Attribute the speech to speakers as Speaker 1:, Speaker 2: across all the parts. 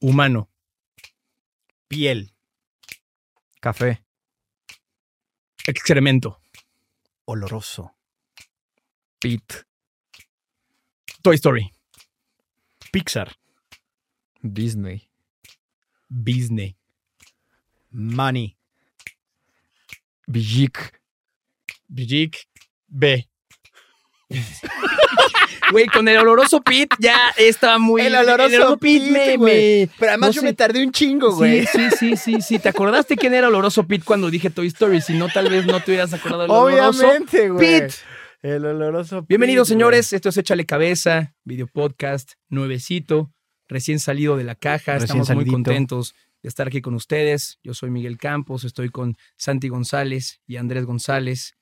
Speaker 1: Humano. Piel.
Speaker 2: Café.
Speaker 1: Excremento.
Speaker 2: Oloroso. Pit.
Speaker 1: Toy Story. Pixar.
Speaker 2: Disney.
Speaker 1: Disney.
Speaker 3: Money.
Speaker 2: Bijik.
Speaker 1: Bijik. B. Güey, con el oloroso Pit ya estaba muy.
Speaker 3: El oloroso Pit,
Speaker 1: me-
Speaker 3: güey.
Speaker 1: me-
Speaker 3: Pero además
Speaker 1: no
Speaker 3: yo
Speaker 1: sé.
Speaker 3: me tardé un chingo,
Speaker 1: Sí,
Speaker 3: güey.
Speaker 1: sí, sí, sí, sí. ¿Te acordaste quién era oloroso Pit cuando dije Toy Story? Si no, tal vez no te hubieras acordado del oloroso
Speaker 3: Obviamente, güey.
Speaker 1: Pit.
Speaker 3: El oloroso Pit.
Speaker 1: Bienvenidos,
Speaker 3: güey.
Speaker 1: señores. Esto es Échale Cabeza, video podcast, nuevecito, recién salido de la caja.
Speaker 2: Recién
Speaker 1: Estamos muy
Speaker 2: salidito.
Speaker 1: contentos de estar aquí con ustedes. Yo soy Miguel Campos, estoy con Santi González y Andrés González.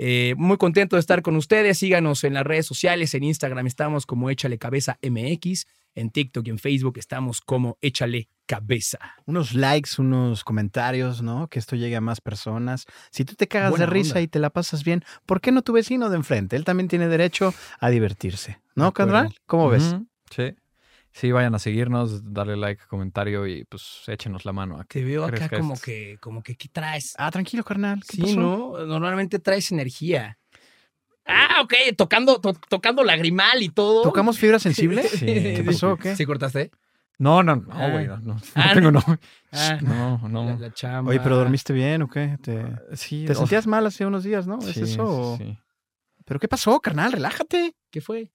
Speaker 1: Eh, muy contento de estar con ustedes. Síganos en las redes sociales. En Instagram estamos como Échale Cabeza MX. En TikTok y en Facebook estamos como Échale Cabeza.
Speaker 3: Unos likes, unos comentarios, ¿no? Que esto llegue a más personas. Si tú te cagas
Speaker 1: Buena
Speaker 3: de risa
Speaker 1: onda.
Speaker 3: y te la pasas bien, ¿por qué no tu vecino de enfrente? Él también tiene derecho a divertirse. ¿No,
Speaker 1: acuerdo.
Speaker 3: Candra? ¿Cómo ves?
Speaker 2: Ujú, Sí. Sí, vayan a seguirnos, darle like, comentario y pues échenos la mano.
Speaker 1: Te veo
Speaker 2: acá
Speaker 1: acá
Speaker 2: Fresca como
Speaker 1: como
Speaker 2: estás.
Speaker 1: que, como que, ¿qué traes?
Speaker 3: Ah, tranquilo, carnal. ¿Qué
Speaker 1: Sí,
Speaker 3: pasó?
Speaker 1: ¿no? Normalmente traes energía. Ah, ok, tocando, to- tocando lagrimal y todo.
Speaker 3: ¿Tocamos fibra sensible?
Speaker 2: Sí.
Speaker 3: ¿Qué pasó o qué?
Speaker 1: ¿Sí cortaste?
Speaker 2: No, no, no,
Speaker 1: Ah.
Speaker 2: güey. No, no, no
Speaker 1: Ah,
Speaker 2: tengo no.
Speaker 1: Ah,
Speaker 2: No, no. Eh,
Speaker 1: la, la chamba.
Speaker 3: Oye, pero ¿dormiste bien o qué? ¿Te,
Speaker 2: Sí,
Speaker 3: te
Speaker 2: o-
Speaker 3: sentías mal hace unos días, no? ¿Es
Speaker 2: sí,
Speaker 3: eso? o-
Speaker 2: sí, sí.
Speaker 3: ¿Pero qué pasó, carnal? Relájate.
Speaker 1: ¿Qué fue?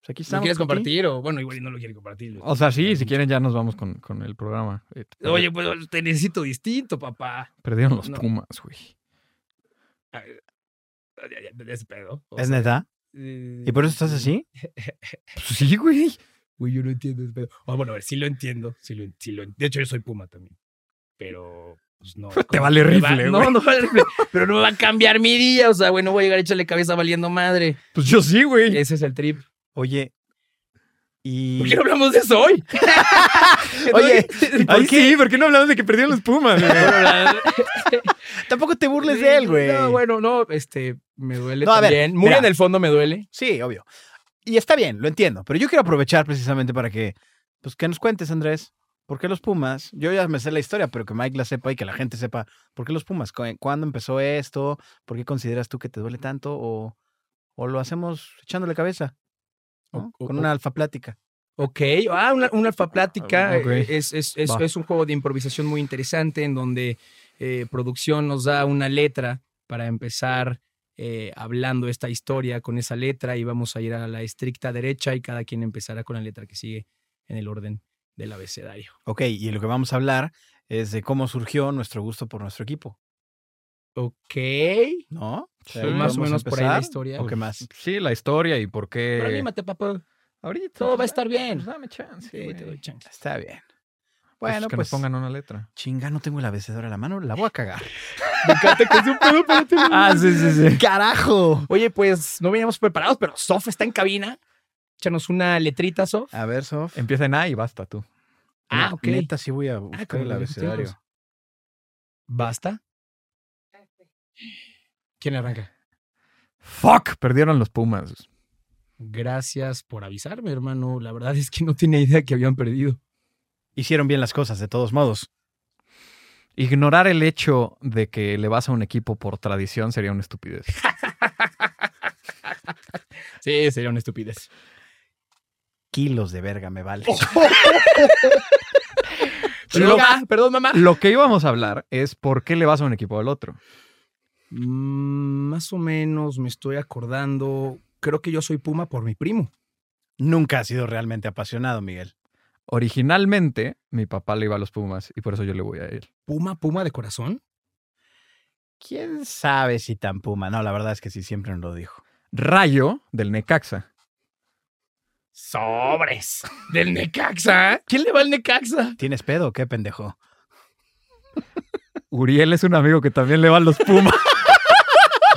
Speaker 3: Pues aquí estamos.
Speaker 1: ¿Lo quieres
Speaker 3: contigo.
Speaker 1: compartir? O bueno, igual y no lo quiere compartir.
Speaker 2: O sea, sí, si quieren ya nos vamos con, con el programa. Eh, perdi-
Speaker 1: Oye, pues te necesito distinto, papá.
Speaker 2: Perdieron los
Speaker 1: no.
Speaker 2: Pumas, güey.
Speaker 1: Es pedo. o
Speaker 3: ¿Es
Speaker 1: sea,
Speaker 3: neta?
Speaker 1: eh,
Speaker 3: ¿Y por eso estás así?
Speaker 2: Pues Sí, güey.
Speaker 1: Güey, yo no entiendo ese pedo. Ah, bueno, a ver, sí lo entiendo. Sí lo, sí lo- de hecho, yo soy Puma también. Pero, pues no.
Speaker 2: Te
Speaker 1: como
Speaker 2: vale
Speaker 1: que me va-
Speaker 2: rifle,
Speaker 1: No,
Speaker 2: güey.
Speaker 1: no vale rifle. Pero no me va a cambiar mi día. O sea, güey, no voy a llegar a echarle cabeza valiendo madre.
Speaker 2: Pues yo sí, güey.
Speaker 1: Ese es el trip.
Speaker 3: Oye. Y.
Speaker 1: ¿Por qué no hablamos de eso hoy?
Speaker 3: Oye,
Speaker 2: Ay, sí, ¿por qué no hablamos de que perdieron los Pumas? güey?
Speaker 3: tampoco te burles de él, güey.
Speaker 1: No, bueno, no, este, me duele
Speaker 3: No, a ver,
Speaker 1: también. Muy
Speaker 3: mira.
Speaker 1: en el fondo me duele.
Speaker 3: Sí, obvio. Y está bien, lo entiendo. Pero yo quiero aprovechar precisamente para que, pues, que nos cuentes, Andrés, por qué los Pumas. Yo ya me sé la historia, pero que Mike la sepa y que la gente sepa por qué los Pumas. cu- ¿Cuándo empezó esto? ¿Por qué consideras tú que te duele tanto? ¿O, o lo hacemos echándole cabeza? ¿no?
Speaker 1: O- o-
Speaker 3: Con una alfa plática.
Speaker 1: Ok, ah, una, una alfa plática.
Speaker 2: Ok.
Speaker 1: eh, Es, es- es-
Speaker 2: Va.
Speaker 1: es un juego de improvisación muy interesante en donde eh, producción nos da una letra para empezar eh, hablando esta historia con esa letra y vamos a ir a la estricta derecha y cada quien empezará con la letra que sigue en el orden del abecedario.
Speaker 3: Ok, y lo que vamos a hablar es de cómo surgió nuestro gusto por nuestro equipo,
Speaker 1: Ok.
Speaker 3: ¿no? O sea,
Speaker 2: Sí.
Speaker 3: ahí
Speaker 1: Pues más o
Speaker 3: podemos
Speaker 1: menos por ahí la
Speaker 3: empezar.
Speaker 1: historia.
Speaker 3: ¿O qué más?
Speaker 2: Sí, la historia y por qué.
Speaker 1: Pero anímate, papá.
Speaker 2: Ahorita.
Speaker 1: Todo va a
Speaker 2: pues,
Speaker 1: estar bien.
Speaker 2: pues dame chance.
Speaker 1: Sí, te doy chance.
Speaker 3: Está bien.
Speaker 2: Bueno,
Speaker 3: Bueno,
Speaker 2: pues. Que
Speaker 3: pues.
Speaker 2: nos pongan una letra.
Speaker 3: Chinga, no tengo el abecedor a la mano, la voy a cagar.
Speaker 1: Me encanta que es un pedo, pero te-
Speaker 2: Ah, sí, sí, sí.
Speaker 3: ¡Carajo!
Speaker 1: Oye, pues no veníamos preparados, pero Sof está en cabina. Échanos una letrita, Sof.
Speaker 3: A ver, Sof.
Speaker 2: Empieza en A y basta tú.
Speaker 1: Ah,
Speaker 3: Em, Ne-
Speaker 1: ok. Ah,
Speaker 3: Neta, sí voy a buscar
Speaker 1: como
Speaker 3: el
Speaker 1: los viejos
Speaker 3: abecedario.
Speaker 1: tiempos. ¿Basta? ¿Quién arranca?
Speaker 2: Fuck, perdieron los Pumas.
Speaker 1: Gracias por avisarme, hermano. La verdad es que no tenía idea que habían perdido.
Speaker 3: Hicieron bien las cosas, de todos modos.
Speaker 2: Ignorar el hecho de que le vas a un equipo por tradición sería una estupidez.
Speaker 1: Sí, sería una estupidez.
Speaker 3: Kilos de verga me
Speaker 1: Oh.
Speaker 3: vale.
Speaker 1: Perdón, mamá. Perdón, mamá.
Speaker 2: Lo que íbamos a hablar es por qué le vas a un equipo al otro.
Speaker 1: Mm, más o menos me estoy acordando. Creo que yo soy Puma por mi primo.
Speaker 3: Nunca has sido realmente apasionado, Miguel.
Speaker 2: Originalmente, mi papá le iba a los Pumas y por eso yo le voy a él.
Speaker 1: ¿Puma, Puma de corazón?
Speaker 3: ¿Quién sabe si tan puma? No, la verdad es que sí, siempre nos lo dijo.
Speaker 2: Rayo del Necaxa.
Speaker 1: Sobres. Del Necaxa. ¿Quién le va al Necaxa?
Speaker 3: ¿Tienes pedo o qué, pendejo?
Speaker 2: Uriel es un amigo que también le va a los Pumas.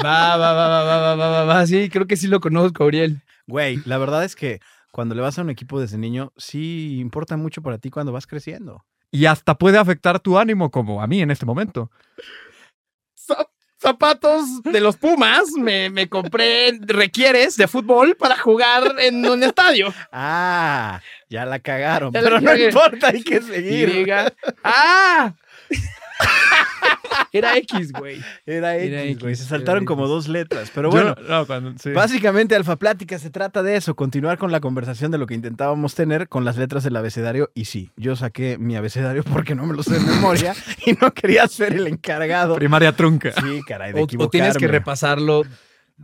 Speaker 1: Va, va, va, va, va, va, va, va, va. Sí, creo que sí lo conozco, Auriel.
Speaker 3: Güey, la verdad es que cuando le vas a un equipo desde niño, sí importa mucho para ti cuando vas creciendo.
Speaker 2: Y hasta puede afectar tu ánimo, como a mí en este momento.
Speaker 1: zapatos de los Pumas me, me compré requieres de fútbol para jugar en un estadio.
Speaker 3: Ah, ya la cagaron.
Speaker 1: Ya la
Speaker 3: pero no
Speaker 1: cagué.
Speaker 3: importa, hay que
Speaker 1: Y
Speaker 3: seguir.
Speaker 1: llega, ¡ah! Era X, güey.
Speaker 3: Era
Speaker 1: Era
Speaker 3: X, güey.
Speaker 1: X,
Speaker 3: Se saltaron
Speaker 1: era
Speaker 3: como
Speaker 1: X.
Speaker 3: dos letras. Pero
Speaker 2: Yo
Speaker 3: bueno,
Speaker 2: no- no, cuando- sí.
Speaker 3: básicamente Alfa Plática se trata de eso, continuar con la conversación de lo que intentábamos tener con las letras del abecedario. Y sí, yo saqué mi abecedario porque no me lo sé de memoria y no quería ser el encargado.
Speaker 2: Primaria trunca.
Speaker 3: Sí, caray, de
Speaker 1: O, o tienes que
Speaker 3: equivocarme.
Speaker 1: repasarlo.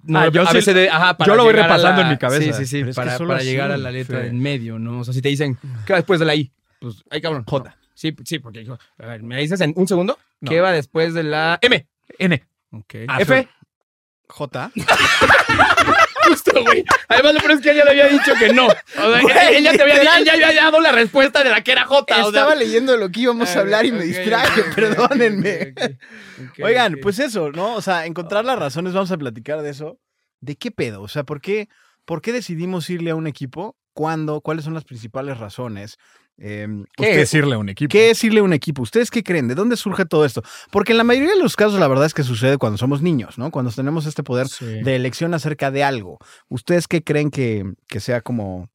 Speaker 1: No,
Speaker 2: Ah, yo
Speaker 1: a
Speaker 2: sí-
Speaker 1: veces de- ajá, para
Speaker 2: yo lo voy
Speaker 1: llegar a
Speaker 2: repasando
Speaker 1: la-
Speaker 2: en mi cabeza.
Speaker 1: Sí, sí,
Speaker 3: Pero
Speaker 1: sí.
Speaker 3: es que
Speaker 1: Para,
Speaker 3: solo
Speaker 1: para llegar a
Speaker 3: así,
Speaker 1: la letra
Speaker 2: sí.
Speaker 1: en medio, ¿no? O sea, si te dicen, ¿qué va después de la I? Pues, ay, cabrón. J. Sí, sí, porque dijo, a ver, ¿me dices en un segundo?
Speaker 2: No.
Speaker 1: ¿Qué va después de la M?
Speaker 2: N.
Speaker 1: Ok.
Speaker 2: Ah,
Speaker 1: F.
Speaker 2: sí.
Speaker 3: J.
Speaker 1: Justo, güey. Además, lo peor es que él ya le había dicho que no. O sea, él, él ya te había, él ya había dado la respuesta de la que era J. o sea.
Speaker 3: Estaba leyendo de lo que íbamos a hablar y me
Speaker 1: Ah, Ok,
Speaker 3: distraje,
Speaker 1: ok, ok,
Speaker 3: perdónenme.
Speaker 1: ok, ok, ok,
Speaker 3: Oigan,
Speaker 1: ok.
Speaker 3: pues eso, ¿no? O sea, encontrar las razones, vamos a platicar de eso. ¿De qué pedo? O sea, ¿por qué, por qué decidimos irle a un equipo? ¿Cuándo? ¿Cuáles son las principales razones? Eh,
Speaker 2: ¿Qué
Speaker 3: ustedes-
Speaker 2: decirle a un equipo?
Speaker 3: ¿Qué es irle a un equipo? ¿Ustedes qué creen? ¿De dónde surge todo esto? Porque en la mayoría de los casos la verdad es que sucede cuando somos niños, ¿no? Cuando tenemos este poder
Speaker 1: Sí.
Speaker 3: de elección acerca de algo. ¿Ustedes qué creen que, que sea como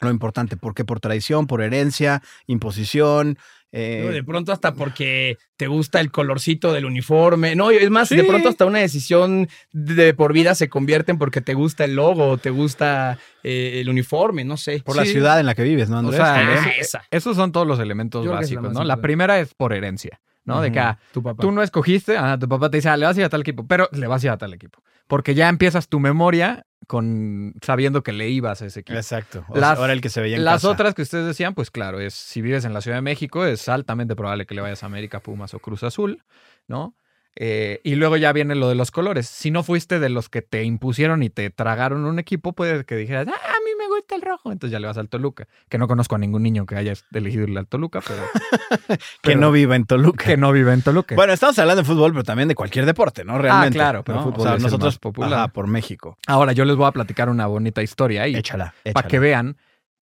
Speaker 3: lo importante? ¿Por qué? ¿Por tradición? ¿Por herencia? ¿Imposición? Eh,
Speaker 1: Digo, de pronto hasta porque te gusta el colorcito del uniforme. No, es más, de
Speaker 2: Sí.
Speaker 1: pronto hasta una decisión de por vida se convierten porque te gusta el logo o te gusta eh, el uniforme, no sé.
Speaker 3: por la
Speaker 2: sí.
Speaker 3: ciudad en la que vives, ¿no, Andrés?
Speaker 2: sea,
Speaker 3: Tal vez.
Speaker 1: Ah,
Speaker 2: ¿eh?
Speaker 1: esa.
Speaker 2: Esos son todos los elementos
Speaker 1: Yo creo que es la
Speaker 2: básicos,
Speaker 1: más
Speaker 2: ¿no? La
Speaker 1: importante.
Speaker 2: primera es por herencia, ¿no? De que ah,
Speaker 1: Ujú. tu papá.
Speaker 2: tú no escogiste, ah, tu papá te dice, ah, le vas a ir a tal equipo, pero le vas a ir a tal equipo. Porque ya empiezas tu memoria con sabiendo que le ibas a ese equipo.
Speaker 3: Exacto. O
Speaker 2: Las-
Speaker 3: sea, ahora el que se veía en
Speaker 2: Las
Speaker 3: casa.
Speaker 2: otras que ustedes decían, pues claro, es si vives en la Ciudad de México, es altamente probable que le vayas a América, Pumas o Cruz Azul, ¿no? Eh, y luego ya viene lo de los colores. Si no fuiste de los que te impusieron y te tragaron un equipo, puede que dijeras, ah, a mí me gusta el rojo, entonces ya le vas al Toluca. Que no conozco a ningún niño que haya elegido irle al Toluca, pero
Speaker 3: que
Speaker 2: pero-
Speaker 3: no viva en Toluca.
Speaker 2: que no vive en Toluca.
Speaker 3: Bueno, estamos hablando de fútbol, pero también de cualquier deporte, ¿no? Realmente.
Speaker 2: claro, pero
Speaker 3: ¿no?
Speaker 2: fútbol
Speaker 3: o sea,
Speaker 2: es el
Speaker 3: nosotros
Speaker 2: más popular.
Speaker 3: ajá, por México.
Speaker 2: Ahora yo les voy a platicar una bonita historia ahí.
Speaker 3: Échala.
Speaker 2: para
Speaker 3: échala.
Speaker 2: que vean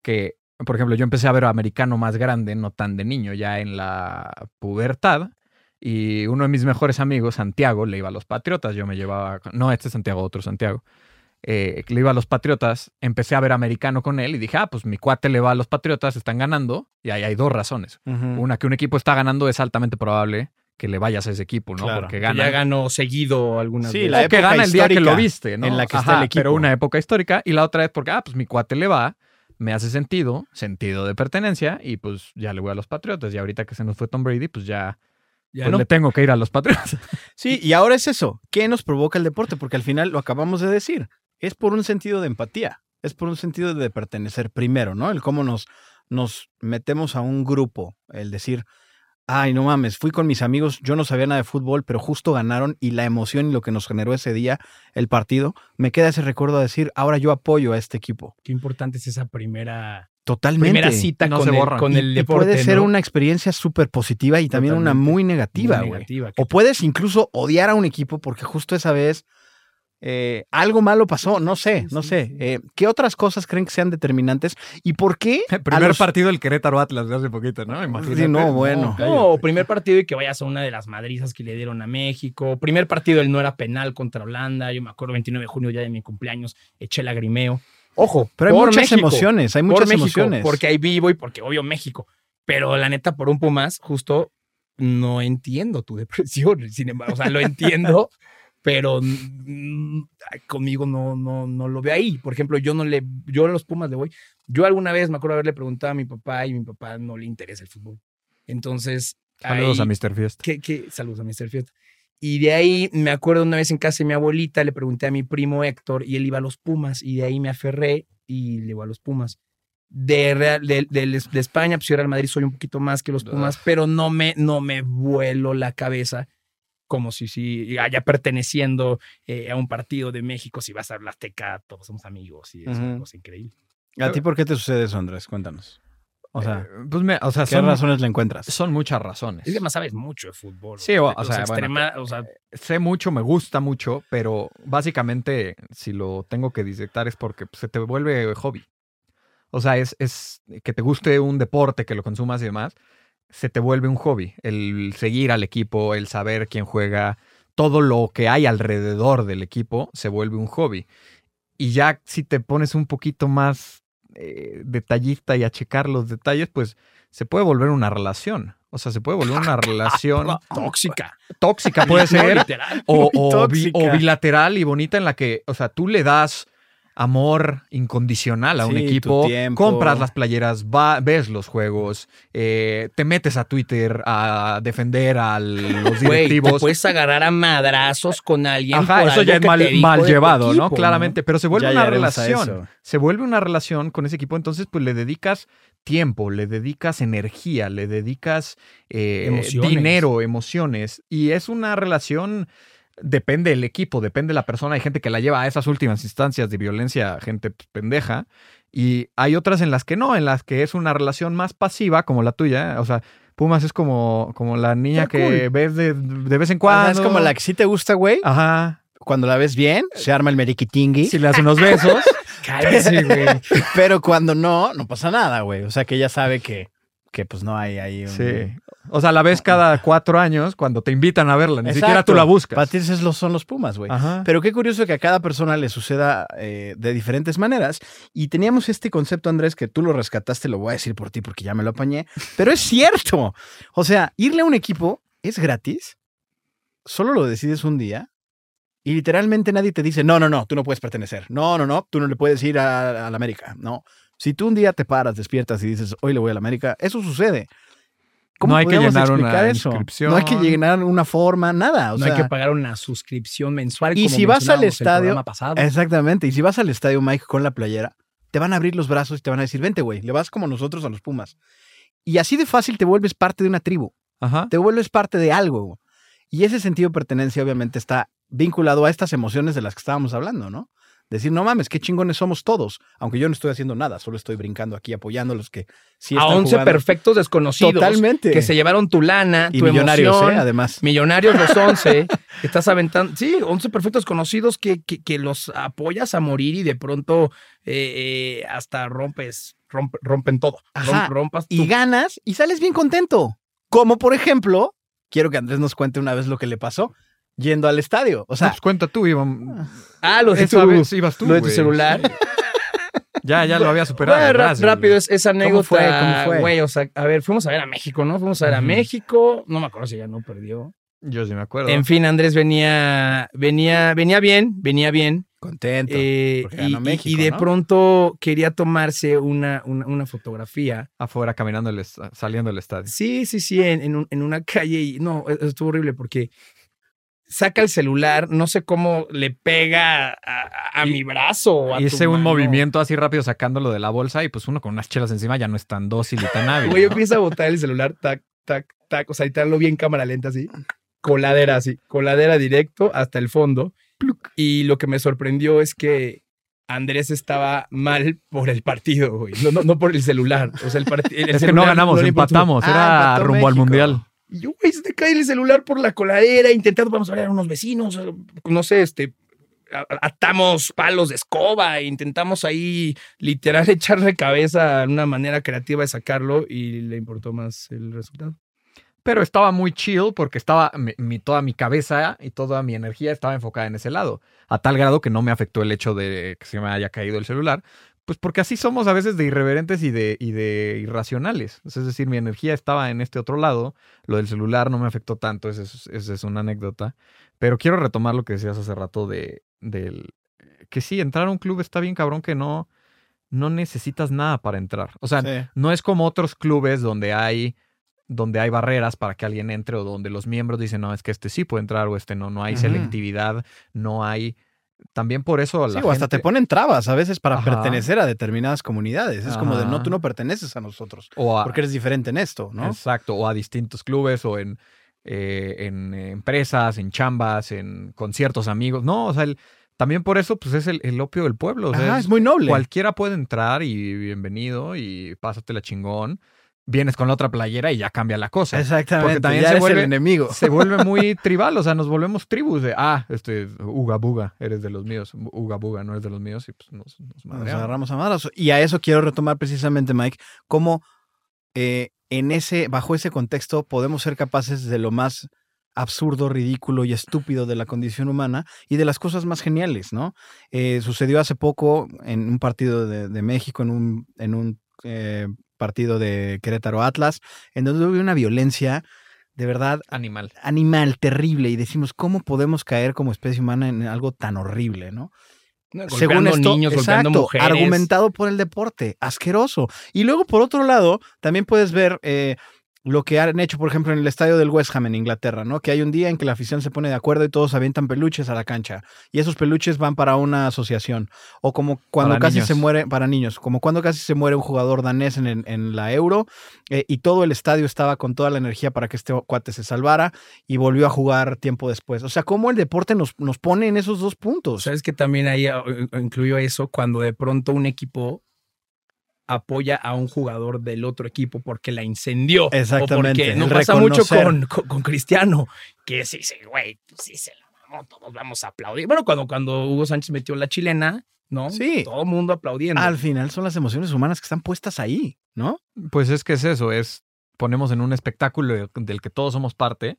Speaker 2: que, por ejemplo, yo empecé a ver americano más grande, no tan de niño, ya en la pubertad. Y uno de mis mejores amigos, Santiago, le iba a los Patriotas. Yo me llevaba. No, este es Santiago, otro Santiago. Eh, le iba a los Patriotas. Empecé a ver americano con él y dije, ah, pues mi cuate le va a los Patriotas, están ganando. Y ahí hay dos razones.
Speaker 1: Mm.
Speaker 3: Ujú.
Speaker 2: Una, que un equipo está ganando es altamente probable que le vayas a ese equipo, ¿no?
Speaker 3: Claro,
Speaker 2: Porque
Speaker 1: Que
Speaker 2: gana
Speaker 1: Ya ganó seguido algunas
Speaker 3: Sí,
Speaker 1: veces.
Speaker 3: la-
Speaker 2: o que
Speaker 3: época
Speaker 2: gana el día que lo
Speaker 3: histórica
Speaker 2: viste, ¿no?
Speaker 3: en la que está el equipo.
Speaker 2: Pero una época histórica. Y la otra es porque, ah, pues mi cuate le va, me hace sentido, sentido de pertenencia, y pues ya le voy a los Patriotas. Y ahorita que se nos fue Tom Brady, pues ya,
Speaker 1: Ya
Speaker 2: pues,
Speaker 1: no.
Speaker 2: le tengo que ir a los Patriotas.
Speaker 3: Sí, y ahora es eso. ¿Qué nos provoca el deporte? Porque al final lo acabamos de decir. Es por un sentido de empatía. Es por un sentido de pertenecer primero, ¿no? El cómo nos, nos metemos a un grupo. El decir, ay, no mames, fui con mis amigos, yo no sabía nada de fútbol, pero justo ganaron y la emoción y lo que nos generó ese día, el partido, me queda ese recuerdo de decir, ahora yo apoyo a este equipo.
Speaker 1: Qué importante es esa primera,
Speaker 3: Totalmente.
Speaker 1: primera cita
Speaker 2: No
Speaker 1: con,
Speaker 2: se
Speaker 1: el,
Speaker 2: borra.
Speaker 1: con
Speaker 3: Y-
Speaker 1: el
Speaker 3: y
Speaker 1: deporte.
Speaker 3: puede ser
Speaker 1: ¿no?
Speaker 3: una experiencia súper positiva y también una
Speaker 1: Totalmente.
Speaker 3: muy negativa,
Speaker 1: Muy
Speaker 3: güey.
Speaker 1: negativa, que-
Speaker 3: O puedes incluso odiar a un equipo porque justo esa vez eh, algo malo pasó. No sé, no
Speaker 1: Sí,
Speaker 3: sé.
Speaker 1: sí.
Speaker 3: Eh, ¿Qué otras cosas creen que sean determinantes? ¿Y por qué?
Speaker 2: El
Speaker 3: a
Speaker 2: primer
Speaker 3: los-
Speaker 2: partido del Querétaro Atlas de hace poquito, ¿no? Imagínate.
Speaker 3: Sí, no, bueno.
Speaker 2: cállate.
Speaker 1: No, primer partido y que vayas a una de las madrizas que le dieron a México. Primer partido el no era penal contra Holanda. Yo me acuerdo 29 de junio, ya de mi cumpleaños, eché lagrimeo. Ojo,
Speaker 3: Pero hay
Speaker 1: por
Speaker 3: muchas
Speaker 1: México,
Speaker 3: emociones, hay
Speaker 1: por
Speaker 3: muchas
Speaker 1: México,
Speaker 3: emociones.
Speaker 1: Porque ahí vivo y porque obvio México. Pero la neta, por un Pumas, justo no entiendo tu depresión. Sin embargo, o sea, lo entiendo, pero mm, ay, conmigo no, no, no lo veo ahí. Por ejemplo, yo no le, yo a los Pumas le voy. Yo alguna vez me acuerdo haberle preguntado a mi papá y mi papá no le interesa el fútbol. Entonces,
Speaker 2: Saludos
Speaker 1: ahí-
Speaker 2: a Mr. Fiesta.
Speaker 1: que, que- saludos a Mr. Fiesta. Y de ahí me acuerdo una vez en casa de mi abuelita, le pregunté a mi primo Héctor y él iba a los Pumas y de ahí me aferré y le voy a los Pumas. De, Real- de, de- de España, pues yo Real Madrid soy un poquito más que los Pumas, pero no me, no me vuelo la cabeza como si, si haya perteneciendo eh, a un partido de México, si vas a la Azteca, todos somos amigos y es una
Speaker 3: Ujú.
Speaker 1: cosa increíble.
Speaker 3: ¿A ti por qué te sucede eso, Andrés? Cuéntanos. O sea,
Speaker 2: Eh, pues me- o sea,
Speaker 3: ¿qué
Speaker 2: son,
Speaker 3: razones le encuentras?
Speaker 2: son muchas razones.
Speaker 1: Es que más sabes mucho de fútbol.
Speaker 2: Sí, o-
Speaker 1: güey.
Speaker 2: o sea, bueno,
Speaker 1: extrema- o sea,
Speaker 2: sé mucho, me gusta mucho, pero básicamente si lo tengo que disectar es porque pues, se te vuelve hobby. O sea, es, es que te guste un deporte, que lo consumas y demás, se te vuelve un hobby. El seguir al equipo, el saber quién juega, todo lo que hay alrededor del equipo se vuelve un hobby. Y ya si te pones un poquito más eh, detallista y a checar los detalles, pues se puede volver una relación. O sea, se puede volver una relación
Speaker 1: Tóxica.
Speaker 2: tóxica, eh, puede ser,
Speaker 1: Literal.
Speaker 2: o,
Speaker 3: Muy
Speaker 2: o bi-
Speaker 3: tóxica.
Speaker 2: o bilateral y bonita en la que, o sea, tú le das amor incondicional a un
Speaker 3: Sí, tu
Speaker 2: equipo,
Speaker 3: tiempo.
Speaker 2: compras las playeras, va- ves los juegos, eh, te metes a Twitter a defender a los
Speaker 1: Güey, te
Speaker 2: directivos.
Speaker 1: puedes agarrar a madrazos con alguien.
Speaker 2: Ajá,
Speaker 1: por
Speaker 2: eso
Speaker 1: algo
Speaker 2: ya es
Speaker 1: que te
Speaker 2: mal,
Speaker 1: dijo
Speaker 2: mal
Speaker 1: de tu
Speaker 2: llevado, ¿no?
Speaker 1: equipo,
Speaker 2: Claramente, pero se vuelve
Speaker 3: Ya
Speaker 2: una
Speaker 3: llegaremos a
Speaker 2: relación.
Speaker 3: eso.
Speaker 2: Se vuelve una relación con ese equipo, entonces pues le dedicas tiempo, le dedicas energía, le dedicas eh,
Speaker 1: Emociones.
Speaker 2: dinero, emociones, y es una relación, depende del equipo, depende de la persona, hay gente que la lleva a esas últimas instancias de violencia, gente pues, pendeja, y hay otras en las que no, en las que es una relación más pasiva como la tuya, o sea... Pumas es como, como la niña
Speaker 3: Está
Speaker 2: que ves de, de vez en
Speaker 3: Ajá,
Speaker 2: cuando.
Speaker 3: Ah, Es como la que sí te gusta, güey.
Speaker 2: Ajá.
Speaker 3: Cuando la ves bien,
Speaker 1: Eh,
Speaker 3: se arma el meriquitingui.
Speaker 2: Si le das unos besos.
Speaker 1: Cálmese, güey.
Speaker 3: Pero cuando no, no pasa nada, güey. O sea, que ella sabe que, que pues no hay ahí un...
Speaker 2: sí. O sea, la ves cada cuatro años cuando te invitan a verla. Ni
Speaker 3: Exacto.
Speaker 2: siquiera tú la
Speaker 3: Para
Speaker 1: Pues,
Speaker 2: buscas.
Speaker 3: ti esos los- son los pumas, güey.
Speaker 2: Ajá.
Speaker 3: Pero qué curioso que a cada persona le suceda eh, de diferentes maneras. Y teníamos este concepto, Andrés, que tú lo rescataste, lo voy a decir por ti porque ya me lo apañé. Pero es cierto. O sea, irle a un equipo es gratis. Solo lo decides un día. Y literalmente nadie te dice, no, no, no, tú no puedes pertenecer. No, no, no, tú no le puedes ir a, a la América. No. Si tú un día te paras, despiertas y dices, hoy le voy a la América, eso sucede.
Speaker 2: No hay que
Speaker 3: podríamos
Speaker 2: llenar una
Speaker 3: explicar
Speaker 2: inscripción.
Speaker 3: No hay que llenar una forma, nada. O
Speaker 1: no
Speaker 3: sea,
Speaker 1: hay que pagar una suscripción mensual.
Speaker 3: Y
Speaker 1: como
Speaker 3: si vas al
Speaker 1: mencionábamos el
Speaker 3: estadio,
Speaker 1: programa pasado.
Speaker 3: Exactamente. Y si vas al estadio, Mike, con la playera, te van a abrir los brazos y te van a decir, vente, güey, le vas como nosotros a los Pumas. Y así de fácil te vuelves parte de una tribu,
Speaker 2: Ajá.
Speaker 3: te vuelves parte de algo. Y ese sentido de pertenencia obviamente está vinculado a estas emociones de las que estábamos hablando, ¿no? Decir, no mames, qué chingones somos todos, aunque yo no estoy haciendo nada, solo estoy brincando aquí apoyando a los que sí
Speaker 1: a
Speaker 3: están
Speaker 1: 11
Speaker 3: jugando.
Speaker 1: perfectos desconocidos
Speaker 3: Totalmente.
Speaker 1: que se llevaron tu lana,
Speaker 3: y
Speaker 1: tu
Speaker 3: millonarios,
Speaker 1: emoción.
Speaker 3: ¿eh? además.
Speaker 1: Millonarios los 11, que estás aventando. Sí, 11 perfectos conocidos que, que, que los apoyas a morir y de pronto eh, eh, hasta rompes, romp- rompen todo.
Speaker 3: Ajá.
Speaker 1: Rom- rompas
Speaker 3: y
Speaker 1: tu-
Speaker 3: ganas y sales bien contento. Como por ejemplo, quiero que Andrés nos cuente una vez lo que le pasó yendo al estadio. O
Speaker 2: No,
Speaker 3: sea,
Speaker 2: pues cuenta tú, Iván.
Speaker 1: Ah, lo de
Speaker 2: Esa
Speaker 1: tu,
Speaker 2: vez ibas tú,
Speaker 1: lo de tu
Speaker 2: güey.
Speaker 1: celular.
Speaker 2: Ya, ya lo había superado.
Speaker 1: Bueno, ra-
Speaker 2: gracias, güey.
Speaker 1: rápido, es, esa anécdota.
Speaker 3: ¿Cómo fue? ¿Cómo fue?
Speaker 1: Güey, o sea, a ver, fuimos a ver a México, ¿no? Fuimos a ver a
Speaker 2: Ujú.
Speaker 1: México. No me acuerdo si ganó o perdió.
Speaker 2: Yo sí me acuerdo.
Speaker 1: En fin, Andrés venía, venía, venía bien, venía bien.
Speaker 3: contento.
Speaker 1: eh,
Speaker 3: porque
Speaker 1: y,
Speaker 3: ganó
Speaker 1: y-
Speaker 3: México,
Speaker 1: y de
Speaker 3: ¿no?
Speaker 1: pronto quería tomarse una, una, una fotografía.
Speaker 2: Afuera caminando, el est- saliendo del estadio.
Speaker 1: Sí, sí, sí, en, en un- en una calle. Y no, e- estuvo horrible porque saca el celular, no sé cómo le pega a, a- a
Speaker 2: Y-
Speaker 1: mi brazo. o a tu
Speaker 2: Hice un
Speaker 1: mano.
Speaker 2: movimiento así rápido sacándolo de la bolsa y pues uno con unas chelas encima ya no es tan dócil y tan hábil.
Speaker 1: Güey, yo
Speaker 2: ¿no?
Speaker 1: empiezo a botar el celular, tac, tac, tac. O sea, lo vi en cámara lenta así. Coladera así, coladera directo hasta el fondo. Y lo que me sorprendió es que Andrés estaba mal por el partido, güey. No, no, no por el celular. O sea, el partido.
Speaker 2: Es que no ganamos, empatamos.
Speaker 3: Ah,
Speaker 2: Era
Speaker 3: empató
Speaker 2: rumbo al
Speaker 3: México.
Speaker 2: mundial.
Speaker 1: Y yo, güey, se te cae el celular por la coladera, intentando, vamos a hablar a unos vecinos, eh, no sé, este, a- atamos palos de escoba, e intentamos ahí literal echarle cabeza a una manera creativa de sacarlo y le importó más el resultado.
Speaker 2: pero estaba muy chill porque estaba mi, mi- toda mi cabeza y toda mi energía estaba enfocada en ese lado, a tal grado que no me afectó el hecho de que se me haya caído el celular, pues porque así somos a veces de irreverentes y de, y de irracionales. Es decir, mi energía estaba en este otro lado, lo del celular no me afectó tanto, esa es, esa es una anécdota, pero quiero retomar lo que decías hace rato de, del... Que sí, entrar a un club está bien cabrón que no, no necesitas nada para entrar. O sea,
Speaker 3: Sí.
Speaker 2: no es como otros clubes donde hay donde hay barreras para que alguien entre o donde los miembros dicen, no, es que este sí puede entrar o este no, no hay
Speaker 3: Ujú.
Speaker 2: selectividad, no hay... También por eso Pues la
Speaker 3: Sí, o hasta
Speaker 2: gente-
Speaker 3: te ponen trabas a veces para
Speaker 2: Ajá.
Speaker 3: pertenecer a determinadas comunidades. Es como de
Speaker 2: Ajá. Ah.
Speaker 3: no, tú no perteneces a nosotros
Speaker 2: o a-
Speaker 3: porque eres diferente en esto, ¿no?
Speaker 2: Exacto, o a distintos clubes o en, eh, en eh, empresas, en chambas, en conciertos amigos. No, o sea, el- también por eso pues es el, el opio del pueblo. o sea,
Speaker 3: Ajá,
Speaker 2: es-
Speaker 3: es muy noble.
Speaker 2: Cualquiera puede entrar y bienvenido y pásatela chingón. Vienes con la otra playera y ya cambia la cosa.
Speaker 3: Exactamente.
Speaker 2: porque también
Speaker 3: ya
Speaker 2: se
Speaker 3: eres
Speaker 2: vuelve-
Speaker 3: el enemigo.
Speaker 2: se vuelve muy tribal, o sea, nos volvemos tribus de, ah, este, Uga Buga, eres de los míos, Uga Buga no eres de los míos, y pues nos, nos
Speaker 3: Nos
Speaker 2: madreamos.
Speaker 3: agarramos a madrazos. Y a eso quiero retomar precisamente, Mike, cómo eh, en ese, bajo ese contexto podemos ser capaces de lo más absurdo, ridículo y estúpido de la condición humana y de las cosas más geniales, ¿no? Eh, sucedió hace poco en un partido de, de México, en un, en un eh, partido de Querétaro Atlas, en donde hubo una violencia de verdad
Speaker 2: Animal.
Speaker 3: animal, terrible, y decimos, ¿cómo podemos caer como especie humana en algo tan horrible, no?
Speaker 1: Golpeando niños, golpeando
Speaker 3: exacto,
Speaker 1: mujeres.
Speaker 3: argumentado por el deporte, asqueroso. Y luego, por otro lado, también puedes ver eh, lo que han hecho, por ejemplo, en el estadio del West Ham en Inglaterra, ¿no? Que hay un día en que la afición se pone de acuerdo y todos avientan peluches a la cancha. Y esos peluches van para una asociación. O como cuando
Speaker 2: Para
Speaker 3: casi
Speaker 2: niños.
Speaker 3: se muere, para niños, como cuando casi se muere un jugador danés en, en- en la Euro eh, y todo el estadio estaba con toda la energía para que este cuate se salvara y volvió a jugar tiempo después. O sea, cómo el deporte nos, nos pone en esos dos puntos.
Speaker 1: Sabes que también ahí ah, in- incluyó eso cuando de pronto un equipo apoya a un jugador del otro equipo porque la incendió. o porque-
Speaker 3: Exactamente,
Speaker 1: no
Speaker 3: el
Speaker 1: pasa mucho
Speaker 3: reconocer.
Speaker 1: con, con- con Cristiano, que sí, sí, güey, pues sí se la mamó, todos vamos a aplaudir. Bueno, cuando, cuando Hugo Sánchez metió la chilena, ¿no?
Speaker 3: Sí.
Speaker 1: Todo el mundo aplaudiendo.
Speaker 3: Al final son las emociones humanas que están puestas ahí, ¿no?
Speaker 2: Pues es que es eso, es ponemos en un espectáculo del que todos somos parte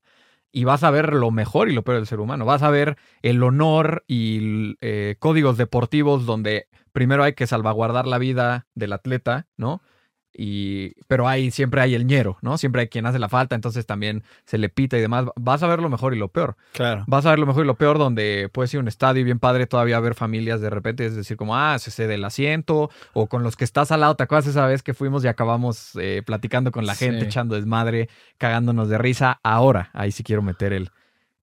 Speaker 2: y vas a ver lo mejor y lo peor del ser humano. Vas a ver el honor y l- eh, códigos deportivos donde primero hay que salvaguardar la vida del atleta, ¿no? Y, pero hay, siempre hay el ñero, ¿no? Siempre hay quien hace la falta, entonces también se le pita y demás. Vas a ver lo mejor y lo peor.
Speaker 3: Claro.
Speaker 2: Vas a ver lo mejor y lo peor, donde puedes ir a un estadio y bien padre todavía ver familias de repente, es decir, como, ah, se cede el asiento, o con los que estás al lado, ¿te acuerdas esa vez que fuimos y acabamos eh, platicando con la gente,
Speaker 1: Sí.
Speaker 2: echando desmadre, cagándonos de risa? Ahora, ahí sí quiero meter el...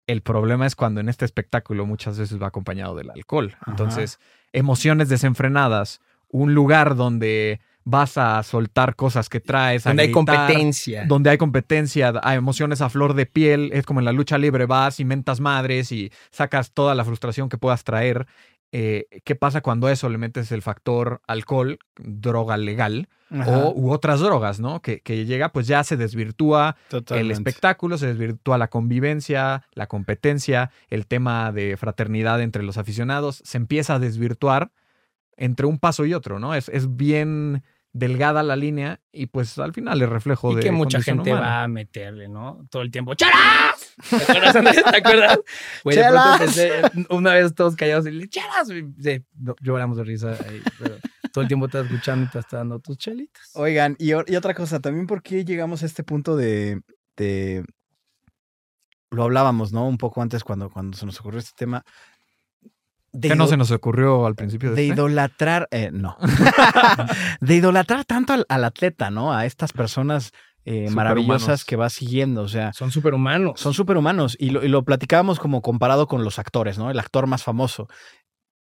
Speaker 2: El problema es cuando en este espectáculo muchas veces va acompañado del alcohol.
Speaker 3: Ajá.
Speaker 2: Entonces, emociones desenfrenadas, un lugar donde vas a soltar cosas que traes, a
Speaker 1: donde hay
Speaker 2: gritar,
Speaker 1: competencia.
Speaker 2: donde hay competencia, hay emociones a flor de piel, es como en la lucha libre, vas, inventas madres y sacas toda la frustración que puedas traer. Eh, ¿Qué pasa cuando a eso le metes el factor alcohol, droga legal o u otras drogas, ¿no? Que, que llega, pues ya se desvirtúa el espectáculo, se desvirtúa la convivencia, la competencia, el tema de fraternidad entre los aficionados, se empieza a desvirtuar entre un paso y otro, ¿no? Es, es bien delgada la línea y pues al final es reflejo
Speaker 1: Y
Speaker 2: de
Speaker 1: que mucha
Speaker 2: condición
Speaker 1: gente
Speaker 2: humana.
Speaker 1: va a meterle, ¿no? Todo el tiempo. ¡Charas! ¿Te acuerdas, Andrés? ¿Te acuerdas? Güey, de pronto
Speaker 3: ¡Charas!
Speaker 1: empecé, una vez todos callados y le ¡Charas! Y, sí, no, lloramos de risa ahí, pero todo el tiempo estás escuchando y te estás dando tus chelitas.
Speaker 3: Oigan, y, o- y otra cosa, también por qué llegamos a este punto de, de- Lo hablábamos, ¿no? Un poco antes cuando, cuando se nos ocurrió este tema. De
Speaker 2: ¿Qué no
Speaker 3: ido-
Speaker 2: se nos ocurrió al principio de,
Speaker 3: de
Speaker 2: este?
Speaker 3: idolatrar, eh, no, de idolatrar tanto al, al atleta, ¿no? A estas personas eh,
Speaker 2: Superhumanos.
Speaker 3: maravillosas que vas siguiendo, o sea,
Speaker 1: Son superhumanos.
Speaker 3: son superhumanos y lo, y lo platicábamos como comparado con los actores, ¿no? El actor más famoso.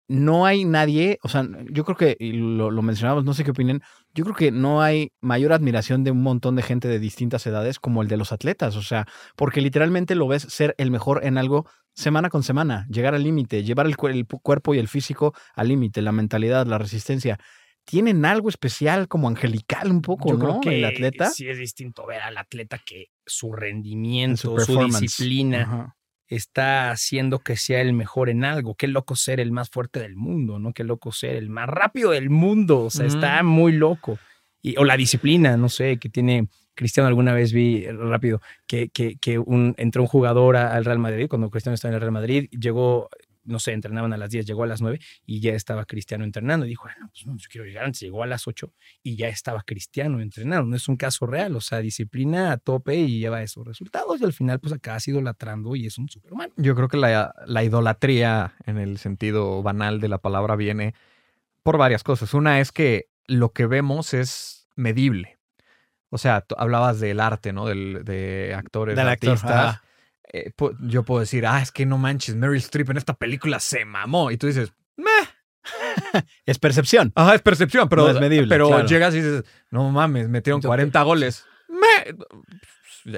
Speaker 3: No hay nadie, o sea, yo creo que, y lo, lo mencionábamos, no sé qué opinen, yo creo que no hay mayor admiración de un montón de gente de distintas edades como el de los atletas, o sea, porque literalmente lo ves ser el mejor en algo semana con semana, llegar al límite, llevar el, cu- el pu- cuerpo y el físico al límite, la mentalidad, la resistencia. Tienen algo especial como angelical un poco,
Speaker 1: Yo
Speaker 3: ¿no?
Speaker 1: creo que
Speaker 3: el atleta.
Speaker 1: sí es distinto ver al atleta que su rendimiento, su,
Speaker 3: performance.
Speaker 1: disciplina
Speaker 3: Ajá.
Speaker 1: está haciendo que sea el mejor en algo. Qué loco ser el más fuerte del mundo, ¿no? Qué loco ser el más rápido del mundo. O sea,
Speaker 2: Ujú.
Speaker 1: está muy loco. Y, o la disciplina, no sé, que tiene Cristiano. Alguna vez vi eh, rápido que, que, que un, entró un jugador a- al Real Madrid cuando Cristiano estaba en el Real Madrid. Llegó, no sé, entrenaban a las 10, llegó a las 9 y ya estaba Cristiano entrenando. Y dijo, ah, no, pues no, yo quiero llegar antes. Llegó a las 8 y ya estaba Cristiano entrenando. No es un caso real. O sea, disciplina a tope y lleva esos resultados. Y al final, pues acá ha sido latrando y es un superhumano.
Speaker 2: Yo creo que la, la idolatría, en el sentido banal de la palabra, viene por varias cosas. Una es que lo que vemos es medible. O sea, tú hablabas del arte, ¿no? Del, de actores,
Speaker 3: Del actor,
Speaker 2: artistas.
Speaker 3: ajá.
Speaker 2: Eh, pu- yo puedo decir, ah, es que no manches, Meryl Streep en esta película se mamó. Y tú dices,
Speaker 3: Es percepción.
Speaker 2: Ajá, es percepción, pero,
Speaker 3: No es medible,
Speaker 2: pero
Speaker 3: claro.
Speaker 2: llegas y dices, no mames, metieron
Speaker 1: Yo
Speaker 2: 40 goles. Me-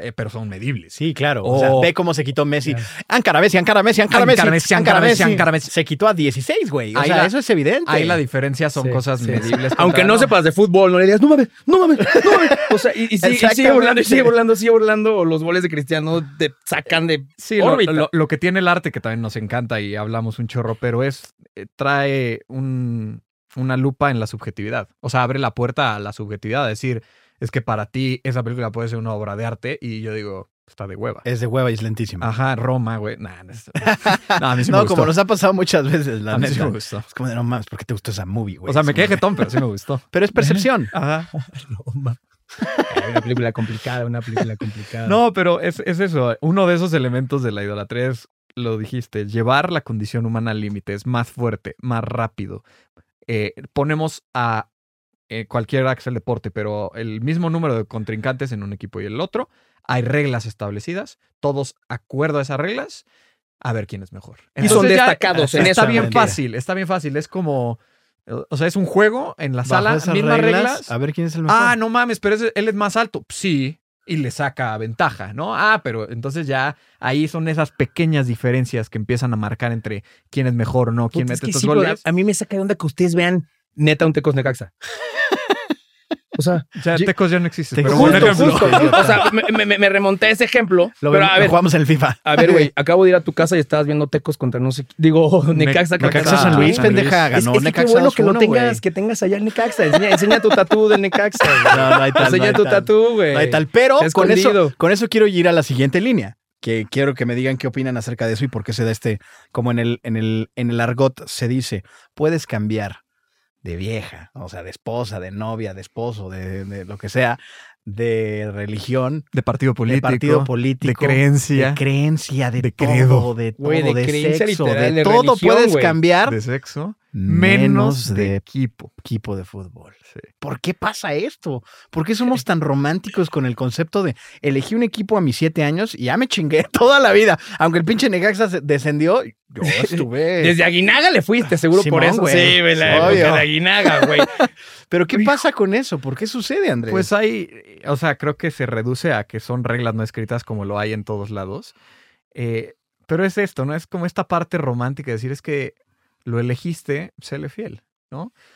Speaker 2: eh, pero son medibles.
Speaker 3: Sí, claro.
Speaker 2: O-
Speaker 3: O sea, ve cómo se quitó Messi.
Speaker 1: Claro.
Speaker 3: Ancara Messi, Ancara Messi, Ancara Messi.
Speaker 2: Ancara Messi, Ancara Messi, Ancara Messi.
Speaker 3: Se quitó a 16, güey. O
Speaker 2: Ahí
Speaker 3: sea,
Speaker 2: la-
Speaker 3: eso es evidente.
Speaker 2: Ahí la diferencia son
Speaker 1: Sí,
Speaker 2: cosas
Speaker 1: sí, sí.
Speaker 2: medibles.
Speaker 1: Aunque
Speaker 2: contra
Speaker 1: no sepas de fútbol, no le digas, no mames, no mames, no mames. O sea, y, y sigue, y sigue
Speaker 3: Exactamente.
Speaker 1: burlando, y sigue burlando, sigue burlando. O los goles de Cristiano te sacan de.
Speaker 2: Sí, lo,
Speaker 1: órbita.
Speaker 2: lo- lo que tiene el arte, que también nos encanta y hablamos un chorro, pero es, eh, trae un- una lupa en la subjetividad. O sea, abre la puerta a la subjetividad, a decir, es que para ti esa película puede ser una obra de arte y yo digo, está de hueva.
Speaker 3: Es de hueva y es lentísima.
Speaker 2: Ajá, Roma, güey. Nah, no, es- no, a mí Ah, sí me
Speaker 3: no,
Speaker 2: gustó.
Speaker 3: como nos ha pasado muchas veces, la
Speaker 2: a mí sí
Speaker 3: neta.
Speaker 2: me gustó.
Speaker 3: Es como de, no mames, ¿por qué te gustó esa movie, güey?
Speaker 2: o sea, me
Speaker 3: Es como-
Speaker 2: quedé jetón, pero sí me gustó.
Speaker 3: Pero es percepción.
Speaker 2: Ajá.
Speaker 1: Una película complicada, una película complicada.
Speaker 2: No, pero es, es eso. Uno de esos elementos de la idolatría es, lo dijiste, llevar la condición humana al límite. Es más fuerte, más rápido. Eh, ponemos a eh, cualquier Axel Deporte, pero el mismo número de contrincantes en un equipo y el otro. Hay reglas establecidas. Todos acuerdo a esas reglas. A ver quién es mejor.
Speaker 1: y son
Speaker 2: Entonces ya-
Speaker 1: destacados en
Speaker 2: está
Speaker 1: esa
Speaker 2: bien
Speaker 1: mentira.
Speaker 2: fácil, está bien fácil. Es como. O sea, es un juego en la
Speaker 3: Bajo
Speaker 2: sala,
Speaker 3: esas
Speaker 2: mismas reglas.
Speaker 3: A ver quién es el mejor.
Speaker 2: Ah, no mames, pero ese- él es más alto. Sí, y le saca ventaja, ¿no? Ah, pero entonces ya ahí son esas pequeñas diferencias que empiezan a marcar entre quién es mejor, no, quién
Speaker 1: Puta, pues es
Speaker 2: mete
Speaker 1: que
Speaker 2: estos
Speaker 1: sí, pero
Speaker 2: goles.
Speaker 1: a, a mí me saca de onda que ustedes vean neta un Tecos Necaxa. O sea,
Speaker 2: Ya,
Speaker 1: Ye-
Speaker 2: Tecos ya no existe.
Speaker 3: Tecos-
Speaker 2: pero
Speaker 1: justo,
Speaker 2: buen ejemplo.
Speaker 1: justo. O sea, me, me- me remonté a ese ejemplo.
Speaker 3: Lo,
Speaker 1: pero
Speaker 3: vemos-
Speaker 1: a
Speaker 3: lo
Speaker 1: ver,
Speaker 3: jugamos en el FIFA.
Speaker 1: a ver, güey, acabo de ir a tu casa y estabas viendo Tecos contra no sé qué- Digo,
Speaker 2: Ne-
Speaker 1: Necaxa contra
Speaker 2: Necaxa
Speaker 3: San Luis,
Speaker 2: San Luis.
Speaker 3: pendeja.
Speaker 1: Ah. Es,
Speaker 3: Ganó
Speaker 1: es que qué
Speaker 3: Necaxa
Speaker 1: bueno que lo
Speaker 3: 2-1,
Speaker 1: tengas,
Speaker 3: güey.
Speaker 1: que tengas allá el Necaxa. Enseña, enseña tu tatú del Necaxa. güey.
Speaker 3: No, no hay tal, no
Speaker 1: enseña
Speaker 3: hay
Speaker 1: tu
Speaker 3: tal.
Speaker 1: tatú, güey.
Speaker 3: No hay tal. Pero
Speaker 1: Está
Speaker 3: con eso,
Speaker 1: escondido.
Speaker 3: con eso quiero ir a la siguiente línea. Que quiero que me digan qué opinan acerca de eso y por qué se da este, como en el, en el, en el argot se dice, puedes cambiar de vieja, o sea, de esposa, de novia, de esposo, de, de lo que sea, de religión,
Speaker 2: De partido
Speaker 3: de
Speaker 2: político,
Speaker 3: partido
Speaker 2: de
Speaker 3: político,
Speaker 2: creencia,
Speaker 3: de creencia, de,
Speaker 2: de
Speaker 3: todo,
Speaker 2: credo.
Speaker 3: de todo,
Speaker 1: Güey,
Speaker 3: de,
Speaker 1: de creencia
Speaker 3: sexo,
Speaker 1: literal,
Speaker 3: de
Speaker 1: de
Speaker 3: todo
Speaker 1: religión,
Speaker 3: puedes
Speaker 1: güey.
Speaker 3: cambiar
Speaker 2: de sexo,
Speaker 3: menos de
Speaker 2: equipo.
Speaker 3: equipo de fútbol.
Speaker 2: Sí. Eh,
Speaker 3: ¿Por qué pasa esto? ¿Por qué somos tan románticos con el concepto de elegí un equipo a mis siete años y ya me chingué toda la vida? Aunque el pinche Negaxa se- descendió, yo estuve.
Speaker 1: Desde Aguinaga le fuiste, seguro
Speaker 3: Simón,
Speaker 1: por eso.
Speaker 3: güey.
Speaker 1: Sí, güey, la época
Speaker 3: Obvio.
Speaker 1: de Aguinaga, güey.
Speaker 3: Pero ¿qué pasa con eso? ¿Por qué sucede, Andrés?
Speaker 2: Pues hay, o sea, creo que se reduce a que son reglas no escritas como lo hay en todos lados. Eh, pero es esto, ¿no? Es como esta parte romántica de decir es que lo elegiste, séle fiel.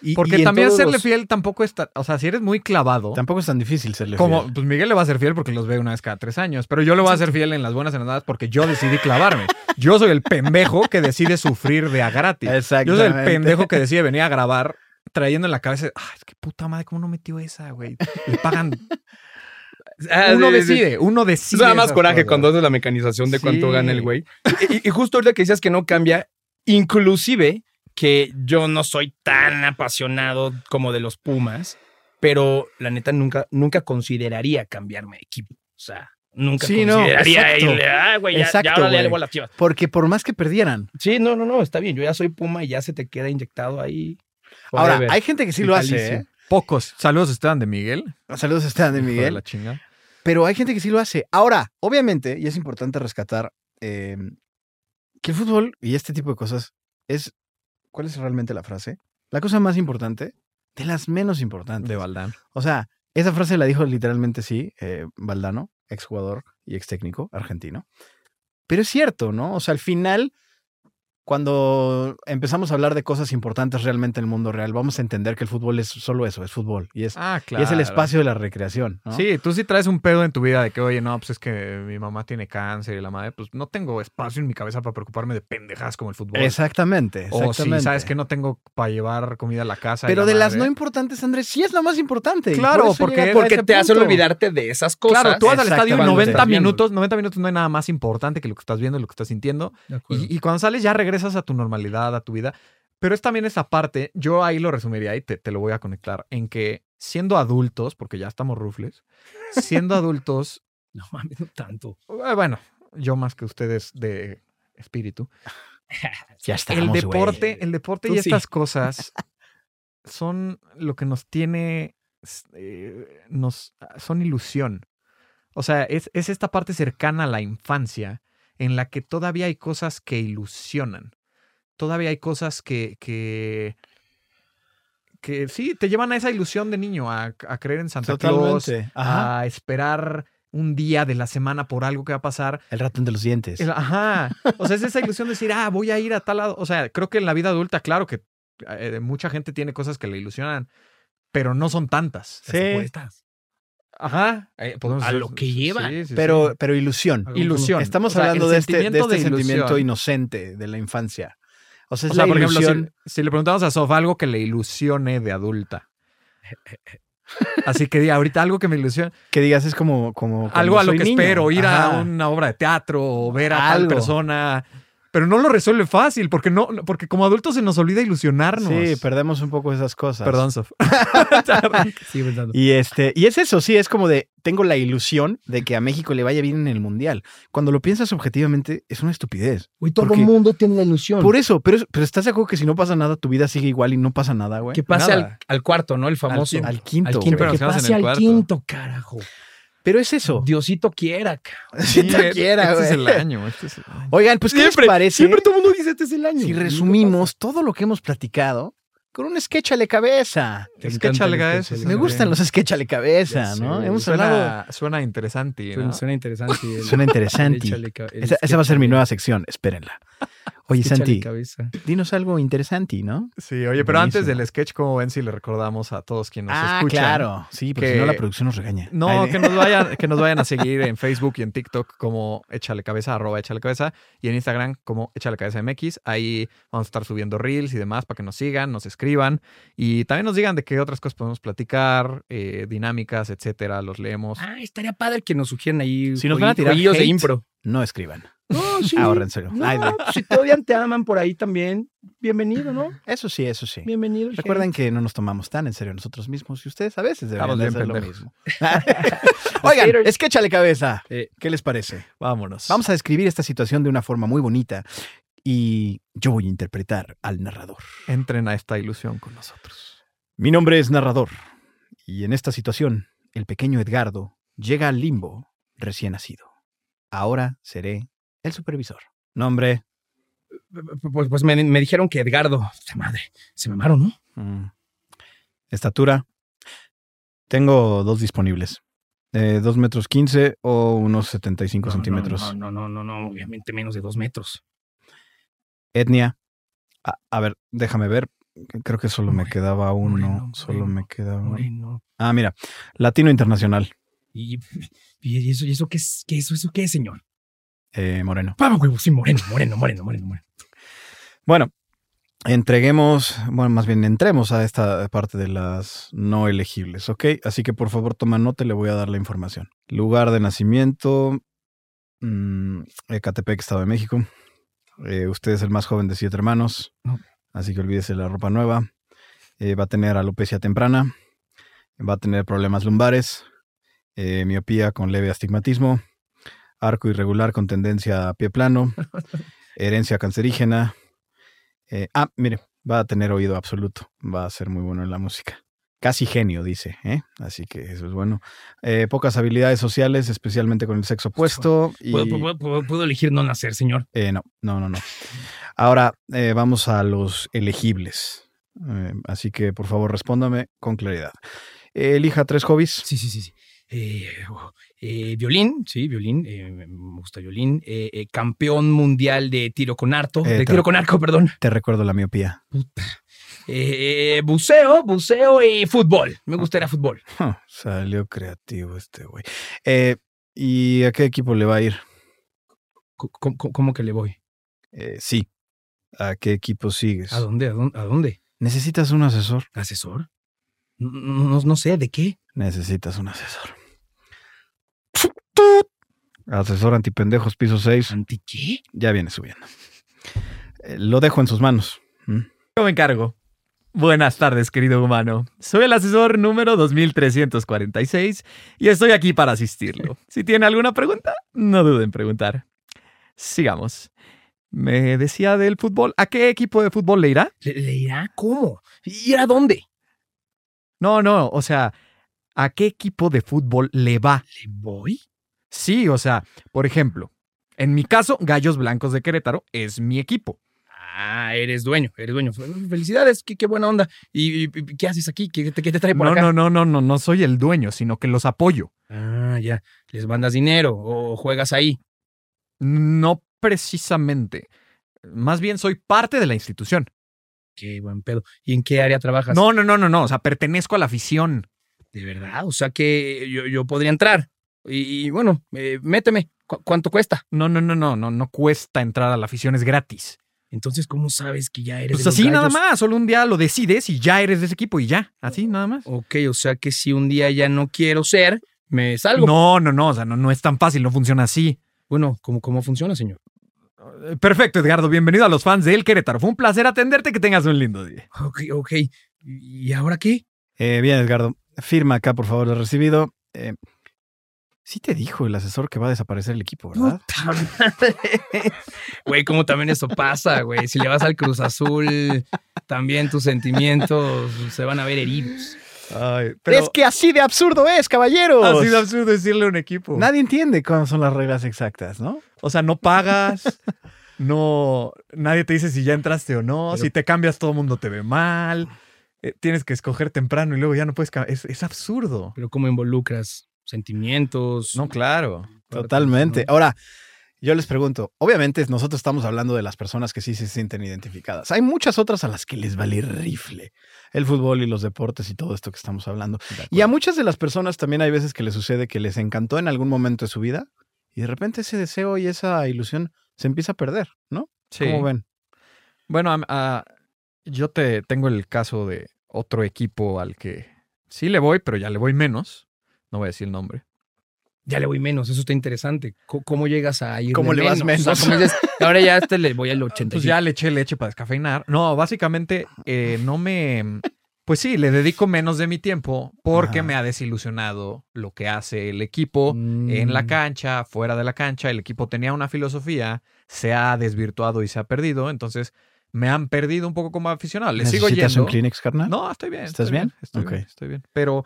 Speaker 1: Y-
Speaker 2: Porque
Speaker 1: y en
Speaker 2: también
Speaker 1: todos
Speaker 2: serle
Speaker 1: los-
Speaker 2: fiel tampoco está, o sea, si eres muy clavado,
Speaker 3: tampoco es tan difícil serle
Speaker 2: como,
Speaker 3: fiel.
Speaker 2: pues Miguel le va a ser fiel porque los ve una vez cada tres años, pero yo le voy a ser fiel en las buenas y en las malas porque yo decidí clavarme. Yo soy el pendejo que decide sufrir de a gratis. Yo soy el
Speaker 3: Exactamente.
Speaker 2: pendejo que decide venir a grabar trayendo en la cabeza, "Ah, es que puta madre, ¿cómo no metió esa, güey? Le pagan
Speaker 1: Ah,
Speaker 2: uno
Speaker 1: sí, sí, sí.
Speaker 2: decide, uno decide.
Speaker 1: Eso da más
Speaker 2: esas
Speaker 1: coraje
Speaker 2: cosas.
Speaker 1: cuando haces la mecanización de cuánto
Speaker 2: Sí.
Speaker 1: gana el güey. Y- Y, y justo ahorita que decías que no cambia, inclusive que yo no soy tan apasionado como de los Pumas, pero la neta nunca, nunca consideraría cambiarme de equipo. O sea, nunca
Speaker 3: Sí, no,
Speaker 1: consideraría
Speaker 3: exacto.
Speaker 1: irle, ah, güey, ya,
Speaker 3: Exacto,
Speaker 1: ya ahora le
Speaker 3: güey.
Speaker 1: algo a las chivas.
Speaker 3: Porque por más que perdieran.
Speaker 1: Sí, no, no, no, está bien. Yo ya soy Puma y ya se te queda inyectado ahí.
Speaker 3: Ahora,
Speaker 1: forever.
Speaker 3: hay gente que sí lo hace.
Speaker 1: Vitalicio.
Speaker 3: ¿eh?
Speaker 2: Pocos. Saludos Esteban de Miguel.
Speaker 3: Saludos a Stan de
Speaker 2: hijo
Speaker 3: Miguel.
Speaker 2: la chinga.
Speaker 3: Pero hay gente que sí lo hace. Ahora, obviamente, y es importante rescatar eh, que el fútbol y este tipo de cosas es, ¿cuál es realmente la frase? La cosa más importante de las menos importantes.
Speaker 2: De Baldán.
Speaker 3: O sea, esa frase la dijo literalmente sí, eh, Valdano, exjugador y ex técnico argentino. Pero es cierto, ¿no? O sea, al final, cuando empezamos a hablar de cosas importantes realmente en el mundo real, vamos a entender que el fútbol es solo eso, es fútbol y es,
Speaker 2: Ah,
Speaker 3: y
Speaker 2: claro.
Speaker 3: es el espacio de la recreación. ¿no?
Speaker 2: Sí, tú sí traes un pedo en tu vida de que, oye, no, pues es que mi mamá tiene cáncer y la madre, pues no tengo espacio en mi cabeza para preocuparme de pendejadas como el fútbol.
Speaker 3: Exactamente,
Speaker 2: O
Speaker 3: exactamente.
Speaker 2: si sabes que no tengo para llevar comida a la casa. y
Speaker 3: Pero
Speaker 2: la
Speaker 3: de las no
Speaker 2: madre-
Speaker 3: importantes, Andrés, sí es la más importante. y
Speaker 2: Claro,
Speaker 3: por eso
Speaker 2: porque
Speaker 3: llega
Speaker 2: era
Speaker 3: a
Speaker 1: Porque
Speaker 3: ese
Speaker 1: te hacen
Speaker 3: punto.
Speaker 1: olvidarte de esas cosas.
Speaker 2: Claro, tú vas al estadio y
Speaker 1: Exactamente.
Speaker 2: 90
Speaker 1: Estás viendo.
Speaker 2: minutos, 90 minutos no hay nada más importante que lo que estás viendo, lo que estás sintiendo.
Speaker 1: De acuerdo.
Speaker 2: Y, y cuando sales ya regresas a tu normalidad, a tu vida. Pero es también esa parte, yo ahí lo resumiría y te, te lo voy a conectar, en que siendo adultos, porque ya estamos rufles, siendo adultos,
Speaker 1: No mames, no tanto.
Speaker 2: eh, bueno, yo más que ustedes de espíritu, el
Speaker 3: Ya estamos, güey.
Speaker 2: deporte, el deporte
Speaker 1: Tú
Speaker 2: y
Speaker 1: sí.
Speaker 2: estas cosas son lo que nos tiene, s- eh, nos son ilusión. O sea, es, es esta parte cercana a la infancia en la que todavía hay cosas que ilusionan. Todavía hay cosas que, que, que sí, te llevan a esa ilusión de niño, a, a creer en Santa Claus,
Speaker 3: Totalmente. Ajá.
Speaker 2: a esperar un día de la semana por algo que va a pasar.
Speaker 3: El ratón de los dientes.
Speaker 2: El- ajá. O sea, es esa ilusión de decir, ah, voy a ir a tal lado. O sea, creo que en la vida adulta, claro que eh, mucha gente tiene cosas que le ilusionan, pero no son tantas.
Speaker 3: Sí. Pues,
Speaker 2: Ajá. Eh, podemos
Speaker 1: A
Speaker 2: decir-
Speaker 1: lo que llevan.
Speaker 2: Sí, sí, sí.
Speaker 3: Pero, pero ilusión.
Speaker 1: Algo
Speaker 2: ilusión.
Speaker 3: Estamos
Speaker 2: O sea, el
Speaker 3: hablando de este, de
Speaker 2: sentimiento
Speaker 3: este
Speaker 2: de ilusión.
Speaker 3: sentimiento inocente de la infancia. O sea, es
Speaker 2: O sea,
Speaker 3: la
Speaker 2: por ejemplo,
Speaker 3: ilusión.
Speaker 2: si, si le preguntamos a Sof algo que le ilusione de adulta. Así que di ahorita algo que me ilusiona,
Speaker 3: Que digas es como. como cuando
Speaker 2: algo a lo
Speaker 3: soy
Speaker 2: que
Speaker 3: niño.
Speaker 2: espero, ir
Speaker 3: Ajá.
Speaker 2: a una obra de teatro o ver a
Speaker 3: Algo.
Speaker 2: tal persona. Pero no lo resuelve fácil, porque no, porque como adultos se nos olvida ilusionarnos.
Speaker 3: Sí, perdemos un poco esas cosas.
Speaker 2: Perdón, Sof.
Speaker 1: Sigue pensando.
Speaker 3: Y este, y es eso, sí, es como de, tengo la ilusión de que a México le vaya bien en el Mundial. Cuando lo piensas objetivamente, es una estupidez.
Speaker 1: Güey, todo
Speaker 3: ¿Por
Speaker 1: el
Speaker 3: qué?
Speaker 1: mundo tiene la ilusión.
Speaker 3: Por eso, pero, pero estás de acuerdo que si no pasa nada, tu vida sigue igual y no pasa nada, güey.
Speaker 1: que pase al,
Speaker 2: nada.
Speaker 1: al cuarto, ¿no? El famoso.
Speaker 2: quinto.
Speaker 3: Al quinto.
Speaker 1: Al quinto,
Speaker 3: güey.
Speaker 2: pero
Speaker 1: que
Speaker 2: nos quedamos en
Speaker 1: pase
Speaker 2: el
Speaker 1: al
Speaker 2: cuarto.
Speaker 1: quinto, carajo.
Speaker 3: Pero es eso.
Speaker 1: Diosito quiera. ca-
Speaker 3: Si te quiera,
Speaker 2: este es
Speaker 3: güey.
Speaker 2: el año. Este es el año.
Speaker 3: Oigan, pues, ¿qué les parece?
Speaker 1: siempre todo el mundo dice este es el año.
Speaker 3: si
Speaker 1: Nunca
Speaker 3: resumimos todo lo que hemos platicado con un sketch a la cabeza.
Speaker 1: pasa. Te
Speaker 2: Es que
Speaker 1: encanta el
Speaker 2: chalga
Speaker 1: sketch,
Speaker 2: es-
Speaker 1: el
Speaker 3: Me
Speaker 1: sketch.
Speaker 3: gustan los sketch a la cabeza,
Speaker 1: Ya sé,
Speaker 3: ¿no?
Speaker 1: güey.
Speaker 3: Hemos
Speaker 2: Suena,
Speaker 3: hablado.
Speaker 2: suena interesante.
Speaker 1: Suena,
Speaker 2: ¿no?
Speaker 1: suena interesante. el-
Speaker 3: Suena
Speaker 1: el
Speaker 3: interesante.
Speaker 1: échale ca- el
Speaker 3: Esa, esa va a ser
Speaker 1: sketch-
Speaker 3: mi nueva sección, espérenla. Oye,
Speaker 1: sketch a la
Speaker 3: Santi,
Speaker 1: cabeza.
Speaker 3: dinos algo interesante, ¿no?
Speaker 2: Sí, oye, pero antes
Speaker 3: Buenísimo.
Speaker 2: del sketch, como ven, si le recordamos a todos quienes nos escuchan.
Speaker 3: Ah, claro. Sí, porque
Speaker 2: que-
Speaker 3: si no la producción nos regaña.
Speaker 2: No,
Speaker 3: Ay,
Speaker 2: que nos, vayan, que nos vayan a seguir en Facebook y en TikTok como Échale Cabeza, arroba Échale Cabeza, y en Instagram como Échale Cabeza MX. Ahí vamos a estar subiendo reels y demás para que nos sigan, nos escriban y también nos digan de qué otras cosas podemos platicar, eh, dinámicas, etcétera. Los leemos.
Speaker 1: Ah, estaría padre que nos sugieran ahí
Speaker 3: Si nos van a
Speaker 1: joyi-
Speaker 3: tirar
Speaker 1: joyillos de
Speaker 3: hate.
Speaker 1: impro.
Speaker 3: No escriban.
Speaker 1: No, sí.
Speaker 3: Ahórrenselo.
Speaker 1: No, pues,
Speaker 3: Ay, no.
Speaker 1: si te odian, te aman por ahí también. Bienvenido, ¿no?
Speaker 3: Eso sí, eso sí.
Speaker 1: Bienvenido. el
Speaker 3: Recuerden que no nos tomamos tan en serio nosotros mismos y ustedes a veces
Speaker 2: Estamos
Speaker 3: deberían de
Speaker 2: bien
Speaker 3: hacer lo
Speaker 2: pendejos.
Speaker 3: mismo. Oigan,
Speaker 1: haters.
Speaker 3: es que échale cabeza.
Speaker 1: Sí.
Speaker 3: ¿Qué les parece?
Speaker 2: Vámonos.
Speaker 3: Vamos a describir esta situación de una forma muy bonita y yo voy a interpretar al narrador.
Speaker 2: Entren a esta ilusión con nosotros.
Speaker 3: Mi nombre es narrador y en esta situación el pequeño Edgardo llega al limbo recién nacido. Ahora seré el supervisor. Nombre.
Speaker 1: P- Pues, pues me, me dijeron que Edgardo, esta madre, se mamaron, ¿no?
Speaker 3: mm, Estatura. Tengo dos disponibles. Eh, dos metros quince o unos 75
Speaker 1: No,
Speaker 3: centímetros.
Speaker 1: No, no, no, no, no, obviamente menos de dos metros.
Speaker 3: Etnia. A, a ver, déjame ver. Creo que solo me
Speaker 1: Moreno,
Speaker 3: quedaba uno.
Speaker 1: moreno,
Speaker 3: solo
Speaker 1: moreno,
Speaker 3: me quedaba.
Speaker 1: Moreno.
Speaker 3: Ah, mira. Latino internacional.
Speaker 1: Y, y eso, y eso qué es, qué es, eso qué es, señor.
Speaker 3: Eh, moreno.
Speaker 1: Vamos, huevo, sí, moreno, moreno, moreno, moreno, moreno.
Speaker 3: Bueno, entreguemos, bueno, más bien entremos a esta parte de las no elegibles, ¿ok? Así que por favor toma nota, y le voy a dar la información. Lugar de nacimiento, mm, Ecatepec, Estado de México. Eh, usted es el más joven de siete hermanos,
Speaker 1: No.
Speaker 3: así que olvídese la ropa nueva. Eh, va a tener alopecia temprana, va a tener problemas lumbares, eh, miopía con leve astigmatismo, arco irregular con tendencia a pie plano, herencia cancerígena, eh, ah, mire, va a tener oído absoluto. Va a ser muy bueno en la música. Casi genio, dice, ¿eh? Así que eso es bueno. Eh, pocas habilidades sociales, especialmente con el sexo opuesto. Y,
Speaker 1: ¿Puedo, puedo- puedo- puedo elegir no nacer, señor.
Speaker 3: eh, no, no, no, no. Ahora eh, vamos a los elegibles. Eh, así que, por favor, respóndame con claridad. Eh, elija tres hobbies.
Speaker 1: Sí, sí, sí. sí. Eh, oh, eh, violín, sí, violín, eh, me me gusta violín. Eh, eh, campeón mundial de tiro con arco,
Speaker 3: Eh,
Speaker 1: de
Speaker 3: te-
Speaker 1: tiro con arco, perdón.
Speaker 3: Te recuerdo la miopía.
Speaker 1: Eh, eh, buceo, buceo y fútbol. Me gustaría fútbol.
Speaker 3: Huh, salió creativo este güey. Eh, ¿Y a qué equipo le va a ir?
Speaker 1: Co- co- co- ¿Cómo, que le voy?
Speaker 3: Eh, sí. ¿A qué equipo sigues?
Speaker 1: ¿A dónde? ¿A dónde? ¿A dónde?
Speaker 3: ¿Necesitas un asesor?
Speaker 1: ¿Asesor? No, no- no sé, ¿de qué?
Speaker 3: Necesitas un asesor. Asesor antipendejos, piso 6.
Speaker 1: ¿Anti qué?
Speaker 3: Ya viene subiendo. Eh, Lo dejo en sus manos. ¿Mm?
Speaker 2: Yo me encargo. Buenas tardes, querido humano. Soy el asesor número 2346 y estoy aquí para asistirlo. Si tiene alguna pregunta, no duden en preguntar. Sigamos. Me decía del fútbol. ¿A qué equipo de fútbol le irá?
Speaker 1: ¿Le, le irá cómo? ¿Ir a dónde?
Speaker 2: No, no, o sea, ¿a qué equipo de fútbol le va?
Speaker 1: ¿Le voy?
Speaker 2: Sí, o sea, por ejemplo, en mi caso, Gallos Blancos de Querétaro es mi equipo.
Speaker 1: Ah, eres dueño, eres dueño. Felicidades, qué, qué buena onda. ¿Y, y- y qué haces aquí? ¿Qué te, qué te trae por
Speaker 2: No,
Speaker 1: acá?
Speaker 2: no, no, no, no, no soy el dueño, sino que los apoyo.
Speaker 1: Ah, ya. Les mandas dinero o juegas ahí.
Speaker 2: No precisamente. Más bien soy parte de la institución.
Speaker 1: Qué buen pedo. ¿Y en qué área trabajas?
Speaker 2: No, no, no, no, no. O sea, pertenezco a la afición.
Speaker 1: De verdad, o sea que yo, yo podría entrar. Y, y bueno, eh, méteme. ¿Cu- ¿Cuánto cuesta?
Speaker 2: No, no, no, no, no, no cuesta entrar a la afición, es gratis.
Speaker 1: Entonces, ¿cómo sabes que ya eres
Speaker 2: Pues
Speaker 1: de los
Speaker 2: así nada
Speaker 1: gallos?
Speaker 2: más, solo un día lo decides y ya eres de ese equipo y ya, así nada más.
Speaker 1: Ok, o sea que si un día ya no quiero ser, me salgo.
Speaker 2: No, no, no, o sea, no, no es tan fácil, no funciona así.
Speaker 1: Bueno, ¿cómo, ¿cómo funciona, señor?
Speaker 2: Eh, Perfecto, Edgardo, bienvenido a los fans de El Querétaro. Fue un placer atenderte, que tengas un lindo día.
Speaker 1: Ok, ok. ¿Y ahora qué?
Speaker 3: Eh, bien, Edgardo, firma acá, por favor, lo recibido. Eh, sí te dijo el asesor que va a desaparecer el equipo, ¿verdad?
Speaker 1: Puta madre. Güey, cómo también eso pasa, güey. Si le vas al Cruz Azul, también tus sentimientos se van a ver heridos.
Speaker 3: Es que así de absurdo es, caballeros.
Speaker 2: ha sido absurdo decirle a un equipo.
Speaker 3: Nadie entiende cómo son las reglas exactas, ¿no?
Speaker 2: O sea, no pagas, no, nadie te dice si ya entraste o no,
Speaker 1: Pero-
Speaker 2: si te cambias todo el mundo te ve mal, eh, tienes que escoger temprano y luego ya no puedes cambiar. Es, es absurdo.
Speaker 1: Pero cómo involucras sentimientos.
Speaker 2: No, claro.
Speaker 1: partes,
Speaker 3: Totalmente.
Speaker 1: ¿no?
Speaker 3: Ahora, yo les pregunto, obviamente nosotros estamos hablando de las personas que sí se sienten identificadas. Hay muchas otras a las que les vale rifle el fútbol y los deportes y todo esto que estamos hablando. Y a muchas Oh, de las personas también hay veces que les sucede que les encantó en algún momento de su vida y de repente ese deseo y esa ilusión se empieza a perder, ¿no?
Speaker 2: Sí.
Speaker 3: ¿Cómo ven?
Speaker 2: Bueno, am- ah, yo te tengo el caso de otro equipo al que sí le voy, pero ya le voy menos. No voy a decir el nombre.
Speaker 1: Ya le voy menos, eso está interesante. ¿Cómo, cómo llegas a ir
Speaker 3: ¿Cómo
Speaker 1: de
Speaker 3: le vas
Speaker 1: O sea,
Speaker 3: menos?
Speaker 1: ¿cómo dices, ahora ya a este le voy al 80.
Speaker 2: Pues ya le eché leche para descafeinar. No, básicamente eh, no me... Pues sí, le dedico menos de mi tiempo porque
Speaker 3: Ajá.
Speaker 2: me ha desilusionado lo que hace el equipo en
Speaker 3: Mm.
Speaker 2: la cancha, fuera de la cancha. El equipo tenía una filosofía, se ha desvirtuado y se ha perdido. Entonces me han perdido un poco como aficionado. Le sigo
Speaker 3: ¿Necesitas
Speaker 2: yendo.
Speaker 3: un Kleenex, carnal?
Speaker 2: No, estoy bien.
Speaker 3: ¿Ah? ¿Estás
Speaker 2: estoy
Speaker 3: bien?
Speaker 2: Estoy bien,
Speaker 3: Ok.
Speaker 2: estoy bien. Pero,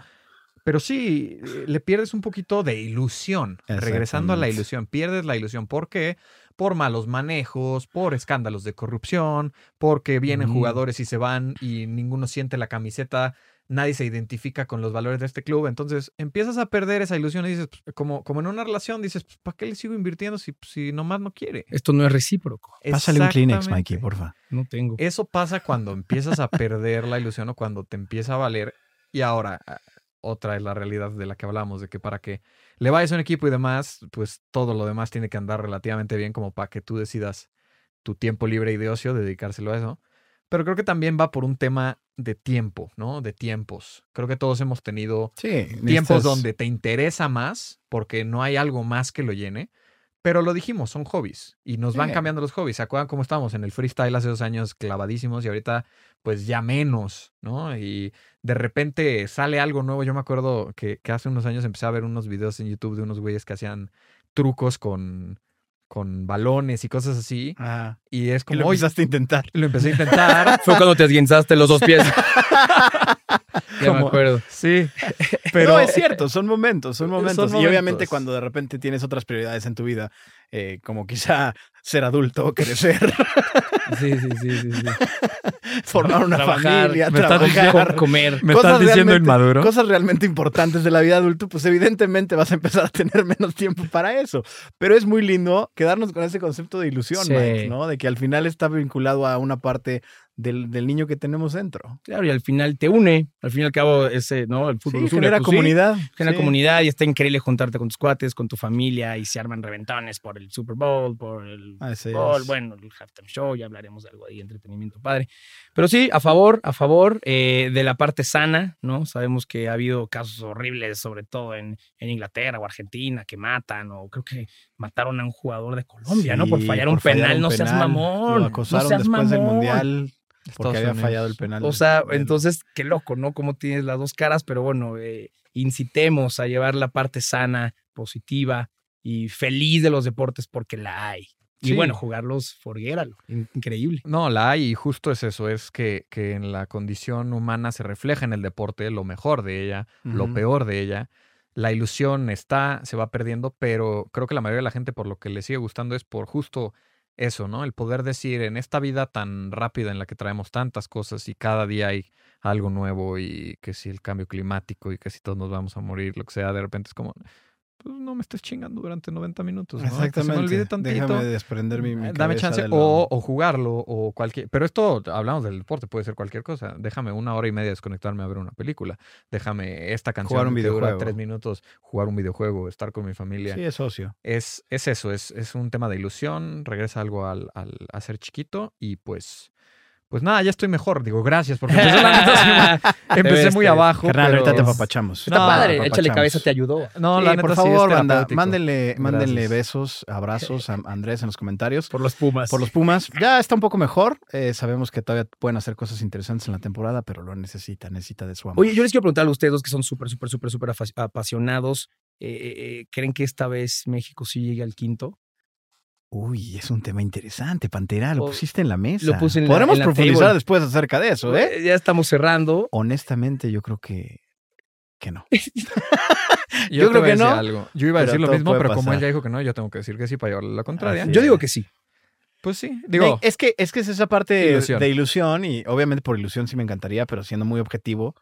Speaker 2: pero sí, eh, le pierdes un poquito de ilusión. Regresando a la
Speaker 3: Exactamente.
Speaker 2: ilusión, pierdes la ilusión. ¿Por qué? Por malos manejos, por escándalos de corrupción, porque vienen
Speaker 1: Mm.
Speaker 2: jugadores y se van y ninguno siente la camiseta, nadie se identifica con los valores de este club. Entonces empiezas a perder esa ilusión y dices, pues, como, como en una relación, dices, pues, ¿para qué le sigo invirtiendo si, si nomás no quiere?
Speaker 1: Esto no es recíproco.
Speaker 3: Pásale un Kleenex,
Speaker 2: Exactamente.
Speaker 3: Mikey, porfa.
Speaker 1: No
Speaker 3: Eh,
Speaker 1: tengo.
Speaker 2: Eso pasa cuando empiezas a perder la ilusión o cuando te empieza a valer. Y ahora, ah, otra es la realidad de la que hablamos, de que para que le vayas a un equipo y demás, pues todo lo demás tiene que andar relativamente bien como para que tú decidas tu tiempo libre y de ocio dedicárselo a eso. Pero creo que también va por un tema de tiempo, ¿no? De tiempos. Creo que todos hemos tenido
Speaker 3: Sí.
Speaker 2: tiempos
Speaker 3: necesitas-
Speaker 2: donde te interesa más porque no hay algo más que lo llene. Pero lo dijimos, son hobbies y nos van
Speaker 3: Sí.
Speaker 2: cambiando los hobbies. ¿Se acuerdan cómo estábamos en el freestyle hace dos años clavadísimos y ahorita pues ya menos, ¿no? Y de repente sale algo nuevo. Yo me acuerdo que, que hace unos años empecé a ver unos videos en YouTube de unos güeyes que hacían trucos con, con balones y cosas así.
Speaker 3: Ah,
Speaker 2: Y es
Speaker 3: que
Speaker 2: como,
Speaker 3: lo
Speaker 2: "Oye,
Speaker 3: empezaste a intentar.
Speaker 2: lo empecé a intentar.
Speaker 1: Fue cuando te esguinzaste los dos pies. ya me
Speaker 2: Como-
Speaker 1: acuerdo.
Speaker 2: sí, pero...
Speaker 3: No, es cierto, son momentos, son momentos. y
Speaker 2: eh, momentos.
Speaker 3: obviamente cuando de repente tienes otras prioridades en tu vida, eh, como quizá ser adulto, crecer,
Speaker 1: Sí, sí, sí, sí. sí.
Speaker 3: formar una
Speaker 1: Trabajar,
Speaker 3: familia,
Speaker 2: me estás
Speaker 1: Com-
Speaker 3: trabajar.
Speaker 1: comer.
Speaker 2: ¿Me
Speaker 3: Cosas
Speaker 2: estás diciendo
Speaker 3: realmente-
Speaker 2: inmaduro?
Speaker 3: Cosas realmente importantes de la vida adulta, pues evidentemente vas a empezar a tener menos tiempo para eso. Pero es muy lindo quedarnos con ese concepto de ilusión,
Speaker 1: Sí.
Speaker 3: Mike, ¿no? De que al final está vinculado a una parte del, del niño que tenemos dentro.
Speaker 1: Claro, y al final te une. Al fin y al cabo, ese, ¿no? El fútbol
Speaker 3: Sí,
Speaker 1: nos une,
Speaker 3: genera
Speaker 1: pues sí,
Speaker 3: comunidad.
Speaker 1: genera
Speaker 3: sí.
Speaker 1: comunidad y está increíble juntarte con tus cuates, con tu familia y se arman reventones por el Super Bowl, por el
Speaker 3: Ah, Así
Speaker 1: fútbol,
Speaker 3: es.
Speaker 1: bueno, el halftime show, ya hablaremos de algo ahí, entretenimiento padre. Pero sí, a favor, a favor eh, de la parte sana, ¿no? Sabemos que ha habido casos horribles, sobre todo en, en Inglaterra o Argentina, que matan, o creo que mataron a un jugador de Colombia, ¿no? Por
Speaker 3: Sí,
Speaker 1: fallar un
Speaker 3: por fallar
Speaker 1: penal,
Speaker 3: un
Speaker 1: no seas
Speaker 3: penal.
Speaker 1: mamón.
Speaker 3: Lo
Speaker 1: no
Speaker 3: acosaron
Speaker 1: seas
Speaker 3: después del
Speaker 1: mamón.
Speaker 3: mundial
Speaker 2: Estados
Speaker 3: porque había
Speaker 2: Unidos.
Speaker 3: fallado el penal.
Speaker 1: O sea,
Speaker 3: del-
Speaker 1: entonces, qué loco, ¿no? Cómo tienes las dos caras, pero bueno, eh, incitemos a llevar la parte sana, positiva y feliz de los deportes porque la hay. Y
Speaker 2: Sí.
Speaker 1: bueno, jugarlos, forguéralo. in- Increíble.
Speaker 2: No, la hay y justo es eso, es que, que en la condición humana se refleja en el deporte lo mejor de ella, lo
Speaker 3: Ujú.
Speaker 2: peor de ella. La ilusión está, se va perdiendo, pero creo que la mayoría de la gente por lo que le sigue gustando es por justo eso, ¿no? El poder decir en esta vida tan rápida en la que traemos tantas cosas y cada día hay algo nuevo y que si el cambio climático y que si todos nos vamos a morir, lo que sea, de repente es como, pues no me estés chingando durante 90
Speaker 1: pues,
Speaker 2: minutos. ¿no? Que
Speaker 3: Exactamente.
Speaker 2: Se me olvide tantito.
Speaker 3: Déjame desprender mi, mi
Speaker 2: Eh, Dame
Speaker 3: cabeza
Speaker 2: chance
Speaker 3: de lo-
Speaker 2: o, o jugarlo o cualquier... Pero esto, hablamos del deporte, puede ser cualquier cosa. Déjame una hora y media desconectarme a ver una película. Déjame esta canción
Speaker 3: un
Speaker 2: que dura
Speaker 3: videojuego.
Speaker 2: tres minutos, jugar un videojuego, estar con mi familia.
Speaker 3: Sí, es socio.
Speaker 2: Es, es eso, es, es un tema de ilusión, regresa algo al, al, a ser chiquito y pues... Pues nada, ya estoy mejor. Digo, gracias, porque empecé, Pues la neta, sí, empecé
Speaker 1: ves,
Speaker 2: muy
Speaker 1: te ves.
Speaker 2: abajo.
Speaker 3: Carnal,
Speaker 2: pero-
Speaker 3: ahorita te apapachamos.
Speaker 1: Está
Speaker 2: No,
Speaker 1: padre,
Speaker 3: papachamos.
Speaker 1: échale cabeza, te ayudó.
Speaker 2: No,
Speaker 3: Sí,
Speaker 2: la neta,
Speaker 3: Eh,
Speaker 2: sí
Speaker 3: por
Speaker 2: es
Speaker 3: favor, banda,
Speaker 2: terapéutico.
Speaker 3: mándenle, mándenle
Speaker 2: Gracias.
Speaker 3: besos, abrazos a a Andrés en los comentarios.
Speaker 1: Por los Pumas.
Speaker 3: Por los Pumas, ya está un poco mejor. Eh, sabemos que todavía pueden hacer cosas interesantes en la temporada, pero lo necesita, necesita de su amor.
Speaker 1: Oye, yo les quiero preguntar a ustedes dos que son súper, súper, súper, súper afa- apasionados. eh, eh, eh, ¿Creen que esta vez México sí llegue al quinto?
Speaker 3: Uy, es un tema interesante, Pantera. Lo
Speaker 2: Oh,
Speaker 1: O-
Speaker 3: pusiste en la mesa.
Speaker 1: lo puse en la-
Speaker 3: Podremos
Speaker 1: en la
Speaker 3: profundizar
Speaker 1: table.
Speaker 3: después acerca de eso, ¿eh?
Speaker 1: Eh, Ya estamos cerrando.
Speaker 3: Honestamente, yo creo que, que no.
Speaker 2: Yo, creo que no. Algo. Yo iba a
Speaker 3: pero
Speaker 2: decir lo
Speaker 3: todo
Speaker 2: mismo,
Speaker 3: puede
Speaker 2: pero como él
Speaker 3: pasar.
Speaker 2: ya dijo que no, yo tengo que decir que sí para llevarle la contraria.
Speaker 3: Así
Speaker 1: Yo
Speaker 3: es.
Speaker 1: digo que sí.
Speaker 2: Pues sí, digo,
Speaker 3: es que es que es esa parte
Speaker 2: Ilusión.
Speaker 3: de ilusión y obviamente por ilusión sí me encantaría, pero siendo muy objetivo,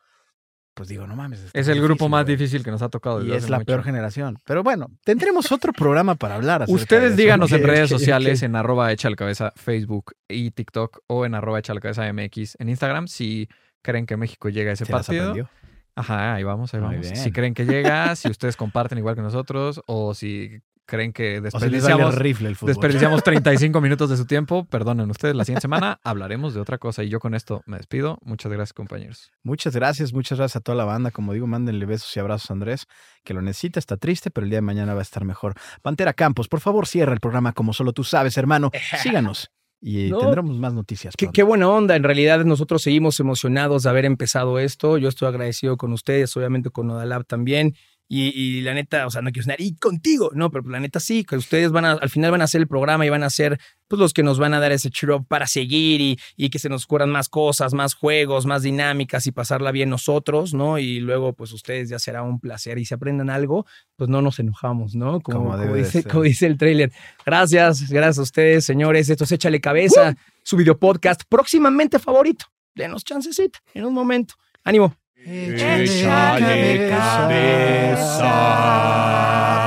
Speaker 3: pues digo, no mames. está
Speaker 2: es el grupo
Speaker 3: difícil,
Speaker 2: más
Speaker 3: güey.
Speaker 2: difícil que nos ha tocado.
Speaker 3: Y
Speaker 2: desde
Speaker 3: es
Speaker 2: hace
Speaker 3: la
Speaker 2: Oh, mucho.
Speaker 3: peor generación. Pero bueno, tendremos otro programa para hablar. acerca de
Speaker 2: Ustedes
Speaker 3: eso.
Speaker 2: díganos en
Speaker 1: Ok,
Speaker 2: redes
Speaker 1: ok, ok.
Speaker 2: sociales, en arroba echa la cabeza Facebook y TikTok o en arroba echa la cabeza MX en Instagram si creen que México llega a ese
Speaker 3: ¿Te las
Speaker 2: partido.
Speaker 3: aprendió?
Speaker 2: Ajá, ahí vamos, ahí
Speaker 3: Muy
Speaker 2: vamos.
Speaker 3: bien.
Speaker 2: Si creen que llega, si ustedes comparten igual que nosotros o si creen que
Speaker 3: O sea, les vale
Speaker 2: desperdiciamos,
Speaker 3: rifle el fútbol.
Speaker 2: desperdiciamos 35 minutos de su tiempo, perdonen ustedes, la siguiente semana hablaremos de otra cosa y yo con esto me despido. Muchas gracias compañeros.
Speaker 3: Muchas gracias, muchas gracias a toda la banda. Como digo, mándenle besos y abrazos a Andrés, que lo necesita, está triste, pero el día de mañana va a estar mejor. Pantera Campos, por favor, cierra el programa como solo tú sabes, hermano. Síganos y
Speaker 1: No.
Speaker 3: tendremos más noticias.
Speaker 1: Qué,
Speaker 3: pronto.
Speaker 1: qué buena onda. En realidad nosotros seguimos emocionados de haber empezado esto. Yo estoy agradecido con ustedes, obviamente con Odalab también. Y, y la neta, o sea, no quiero sonar, y contigo, no, pero la neta sí, que ustedes van a, al final van a hacer el programa y van a ser pues, los que nos van a dar ese cheer up para seguir y, y que se nos ocurran más cosas, más juegos, más dinámicas y pasarla bien nosotros, ¿no? Y luego, pues ustedes ya será un placer y si aprendan algo, pues no nos enojamos, ¿no? Como,
Speaker 3: Como
Speaker 1: como
Speaker 3: debe de
Speaker 1: dice,
Speaker 3: ser.
Speaker 1: como dice el tráiler. Gracias, gracias a ustedes, señores. Esto es Échale Cabeza su videopodcast próximamente favorito. Denos chancecita en un momento. Ánimo.
Speaker 4: Échale cabeza.